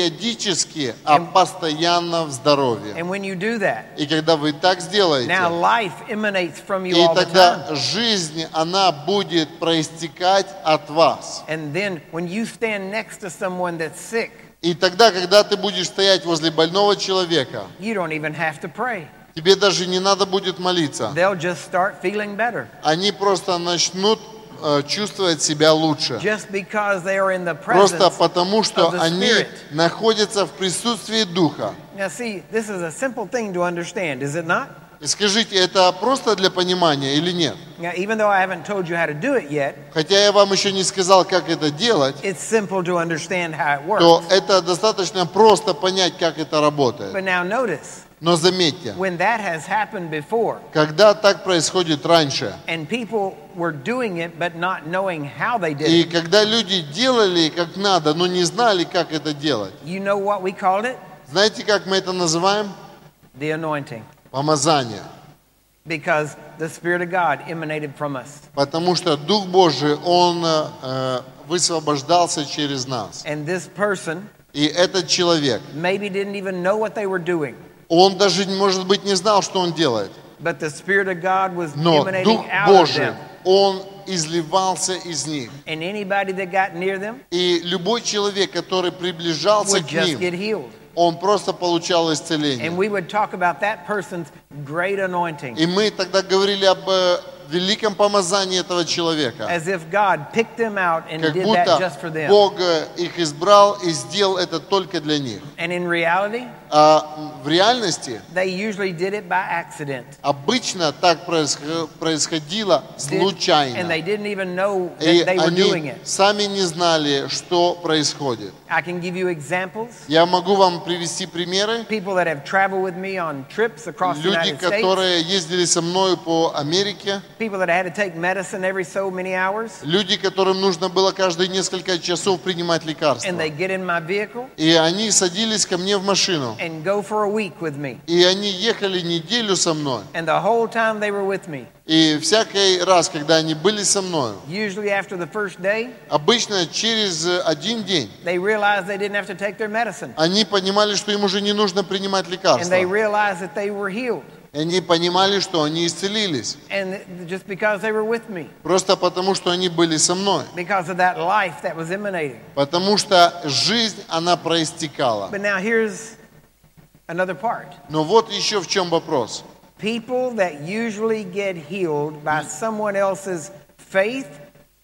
Speaker 2: периодически, а постоянно в здоровье.
Speaker 1: and when you do that,
Speaker 2: И когда вы так
Speaker 1: now
Speaker 2: сделаете,
Speaker 1: life emanates from you
Speaker 2: и
Speaker 1: all the time.
Speaker 2: тогда жизнь, она будет проистекать от вас.
Speaker 1: And then when you stand next to someone that's sick,
Speaker 2: И тогда, когда ты будешь стоять возле больного человека,
Speaker 1: you don't even have to pray.
Speaker 2: тебе даже не надо будет молиться.
Speaker 1: They'll just start feeling better.
Speaker 2: Они просто начнут э, чувствовать себя лучше.
Speaker 1: just because they are in the
Speaker 2: Просто
Speaker 1: presence.
Speaker 2: потому, что
Speaker 1: of the
Speaker 2: они
Speaker 1: Spirit.
Speaker 2: находятся в присутствии Духа.
Speaker 1: Now, see, this is a simple thing to understand, is it not?
Speaker 2: И скажите, это просто для понимания или нет?
Speaker 1: Now, even though I haven't told you how to do it yet,
Speaker 2: Хотя я вам еще не сказал, как это делать,
Speaker 1: it's simple to understand how it
Speaker 2: то
Speaker 1: works.
Speaker 2: это достаточно просто понять, как это работает.
Speaker 1: But now, notice
Speaker 2: Но заметьте,
Speaker 1: when that has happened before,
Speaker 2: когда так происходит раньше,
Speaker 1: and people were doing it but not knowing how they did
Speaker 2: и
Speaker 1: it,
Speaker 2: когда люди делали как надо, но не знали, как это делать,
Speaker 1: you know what we called it?
Speaker 2: знаете, как мы это называем?
Speaker 1: The anointing.
Speaker 2: Помазание.
Speaker 1: Because the Spirit of God emanated from us.
Speaker 2: Потому что Дух Божий, Он э, высвобождался через нас.
Speaker 1: And this person
Speaker 2: И этот человек,
Speaker 1: maybe didn't even know what they were doing,
Speaker 2: он даже, может быть, не знал, что он делает.
Speaker 1: but the Spirit of God was
Speaker 2: Но
Speaker 1: emanating
Speaker 2: Дух
Speaker 1: out of
Speaker 2: Божий,
Speaker 1: them.
Speaker 2: Он изливался из них.
Speaker 1: And anybody that got near them
Speaker 2: И любой человек, который приближался
Speaker 1: would
Speaker 2: к
Speaker 1: just
Speaker 2: ним,
Speaker 1: get healed.
Speaker 2: он просто получал
Speaker 1: And
Speaker 2: исцеление.
Speaker 1: we would talk about that person's great anointing
Speaker 2: И мы тогда говорили об э, великом помазании этого человека.
Speaker 1: as if God picked them out and
Speaker 2: Как
Speaker 1: did that
Speaker 2: будто
Speaker 1: just for them.
Speaker 2: Бог э, их избрал и сделал это только для них.
Speaker 1: And in reality,
Speaker 2: А в реальности
Speaker 1: they usually did it by accident.
Speaker 2: обычно так происх- происходило
Speaker 1: Did- and they
Speaker 2: случайно.
Speaker 1: didn't even know
Speaker 2: И
Speaker 1: that they were doing
Speaker 2: они
Speaker 1: it.
Speaker 2: сами не знали, что происходит.
Speaker 1: I can give you examples.
Speaker 2: Я могу вам привести примеры.
Speaker 1: People that have traveled with me on trips across the
Speaker 2: Люди,
Speaker 1: United States,
Speaker 2: которые ездили со мной по Америке,
Speaker 1: people that had to take medicine every so many hours,
Speaker 2: люди, которым нужно было каждые несколько часов принимать лекарства.
Speaker 1: and they get in my vehicle
Speaker 2: И они садились ко мне в машину.
Speaker 1: and go for a week with me.
Speaker 2: И они ехали неделю со мной.
Speaker 1: And the whole time they were with me,
Speaker 2: И всякий раз, когда они были со мной,
Speaker 1: usually after the first day,
Speaker 2: обычно через э, один день,
Speaker 1: they realized they didn't have to take their medicine.
Speaker 2: они понимали, что им уже не нужно принимать
Speaker 1: And
Speaker 2: лекарства.
Speaker 1: they realized that they were healed.
Speaker 2: И Они понимали, что они исцелились.
Speaker 1: And just because they were with me,
Speaker 2: Просто потому, что они были со мной.
Speaker 1: because of that life that was emanating.
Speaker 2: Потому что жизнь, она проистекала.
Speaker 1: But now here's another part.
Speaker 2: Но вот еще в чем вопрос.
Speaker 1: People that usually get healed by someone else's faith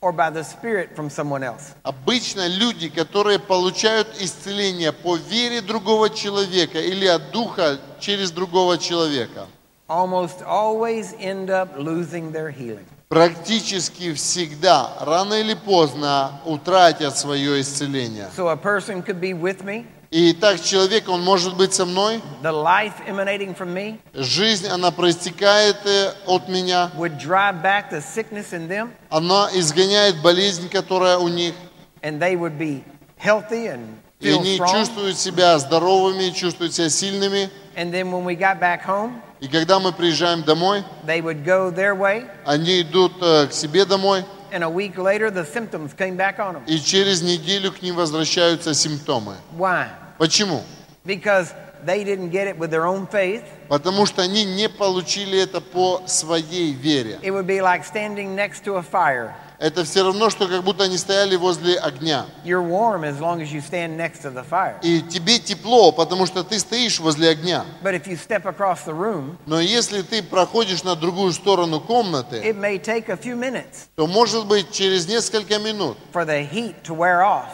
Speaker 1: or by the Spirit from someone else.
Speaker 2: Обычно люди, которые получают исцеление по вере другого человека или от духа через другого человека,
Speaker 1: Almost always end up losing their healing.
Speaker 2: практически всегда, рано или поздно, утратят свое исцеление.
Speaker 1: So a person could be with me,
Speaker 2: И так человек, он может быть со мной,
Speaker 1: the life emanating from me
Speaker 2: жизнь, она проистекает э, от меня,
Speaker 1: would drive back the sickness in them,
Speaker 2: она изгоняет болезнь, которая у них,
Speaker 1: and they would be healthy and
Speaker 2: и
Speaker 1: feel
Speaker 2: они
Speaker 1: strong.
Speaker 2: чувствуют себя здоровыми, чувствуют себя сильными.
Speaker 1: And then when we got back home,
Speaker 2: И когда мы приезжаем домой,
Speaker 1: they would go their way,
Speaker 2: они идут э, к себе домой,
Speaker 1: and a week later, the symptoms came back on them.
Speaker 2: и через неделю к ним возвращаются симптомы.
Speaker 1: Why?
Speaker 2: Почему?
Speaker 1: Because they didn't get it with their own faith.
Speaker 2: Потому что они не получили это по своей вере.
Speaker 1: It would be like standing next to a fire.
Speaker 2: Это все равно, что как будто они стояли возле огня.
Speaker 1: You're warm as long as you stand next to the fire.
Speaker 2: И тебе тепло, потому что ты стоишь возле огня.
Speaker 1: But if you step across the room,
Speaker 2: Но если ты проходишь на другую сторону комнаты,
Speaker 1: it may take a few minutes
Speaker 2: то, может быть, через несколько минут
Speaker 1: for the heat to wear off.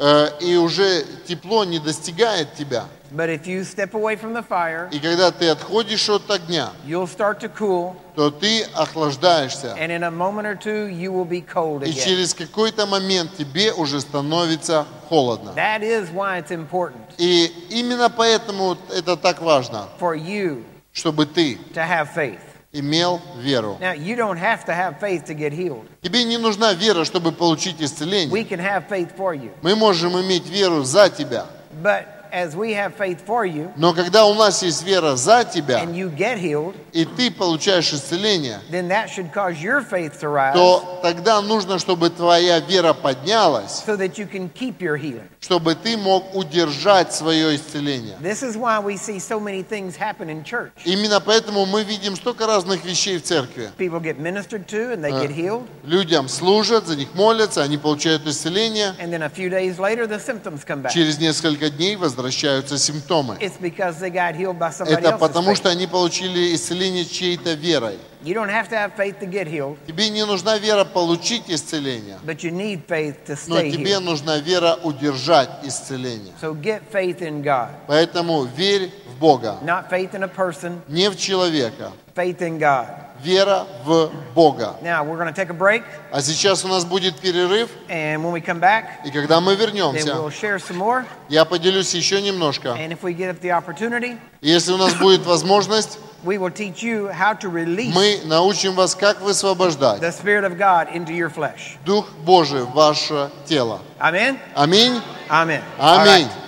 Speaker 2: э, и уже тепло не достигает тебя.
Speaker 1: But if you step away from the fire,
Speaker 2: И когда ты отходишь от огня,
Speaker 1: you'll start to cool,
Speaker 2: то ты охлаждаешься.
Speaker 1: and in a moment or two, you will be cold
Speaker 2: И
Speaker 1: again.
Speaker 2: через какой-то момент тебе уже становится холодно.
Speaker 1: That is why it's important
Speaker 2: И именно поэтому это так важно,
Speaker 1: for you
Speaker 2: чтобы ты
Speaker 1: to have faith.
Speaker 2: имел веру.
Speaker 1: Now, you don't have to have faith to get healed.
Speaker 2: Тебе не нужна вера, чтобы получить
Speaker 1: We
Speaker 2: исцеление.
Speaker 1: can have faith for you.
Speaker 2: Мы можем иметь веру за тебя.
Speaker 1: But as we have faith for you
Speaker 2: Но когда у нас есть вера за тебя,
Speaker 1: and you get healed,
Speaker 2: и ты получаешь исцеление,
Speaker 1: then that should cause your faith to rise
Speaker 2: то тогда нужно, чтобы твоя вера поднялась,
Speaker 1: so that you can keep your healing.
Speaker 2: чтобы ты мог удержать свое исцеление.
Speaker 1: This is why we see so many things happen in church.
Speaker 2: Именно поэтому мы видим столько разных вещей в церкви.
Speaker 1: People get ministered to and they get healed,
Speaker 2: Людям служат, за них молятся, они получают исцеление.
Speaker 1: and then a few days later the symptoms come back.
Speaker 2: Через несколько дней возвращаются симптомы.
Speaker 1: It's because they got healed by somebody
Speaker 2: Это потому,
Speaker 1: else's faith.
Speaker 2: что они получили исцеление чьей-то верой.
Speaker 1: You don't have to have faith to get healed,
Speaker 2: Тебе не нужна вера получить исцеление,
Speaker 1: but you need faith to
Speaker 2: но
Speaker 1: stay
Speaker 2: тебе
Speaker 1: healed.
Speaker 2: нужна вера удержать исцеление.
Speaker 1: So get faith in God,
Speaker 2: Поэтому верь в Бога,
Speaker 1: not faith in a person,
Speaker 2: не в человека.
Speaker 1: faith in God.
Speaker 2: Вера в Бога.
Speaker 1: Now we're going to take a break,
Speaker 2: А сейчас у нас будет перерыв,
Speaker 1: and when we come back,
Speaker 2: и когда мы
Speaker 1: then we'll
Speaker 2: вернемся,
Speaker 1: share some more.
Speaker 2: я поделюсь еще немножко.
Speaker 1: And if we get up the opportunity,
Speaker 2: И Если у нас будет возможность,
Speaker 1: we will teach you how to release
Speaker 2: мы научим вас, как высвобождать
Speaker 1: the Spirit of God into your flesh.
Speaker 2: Дух Божий в ваше тело.
Speaker 1: Amen?
Speaker 2: Аминь.
Speaker 1: Amen. All
Speaker 2: Аминь.
Speaker 1: right.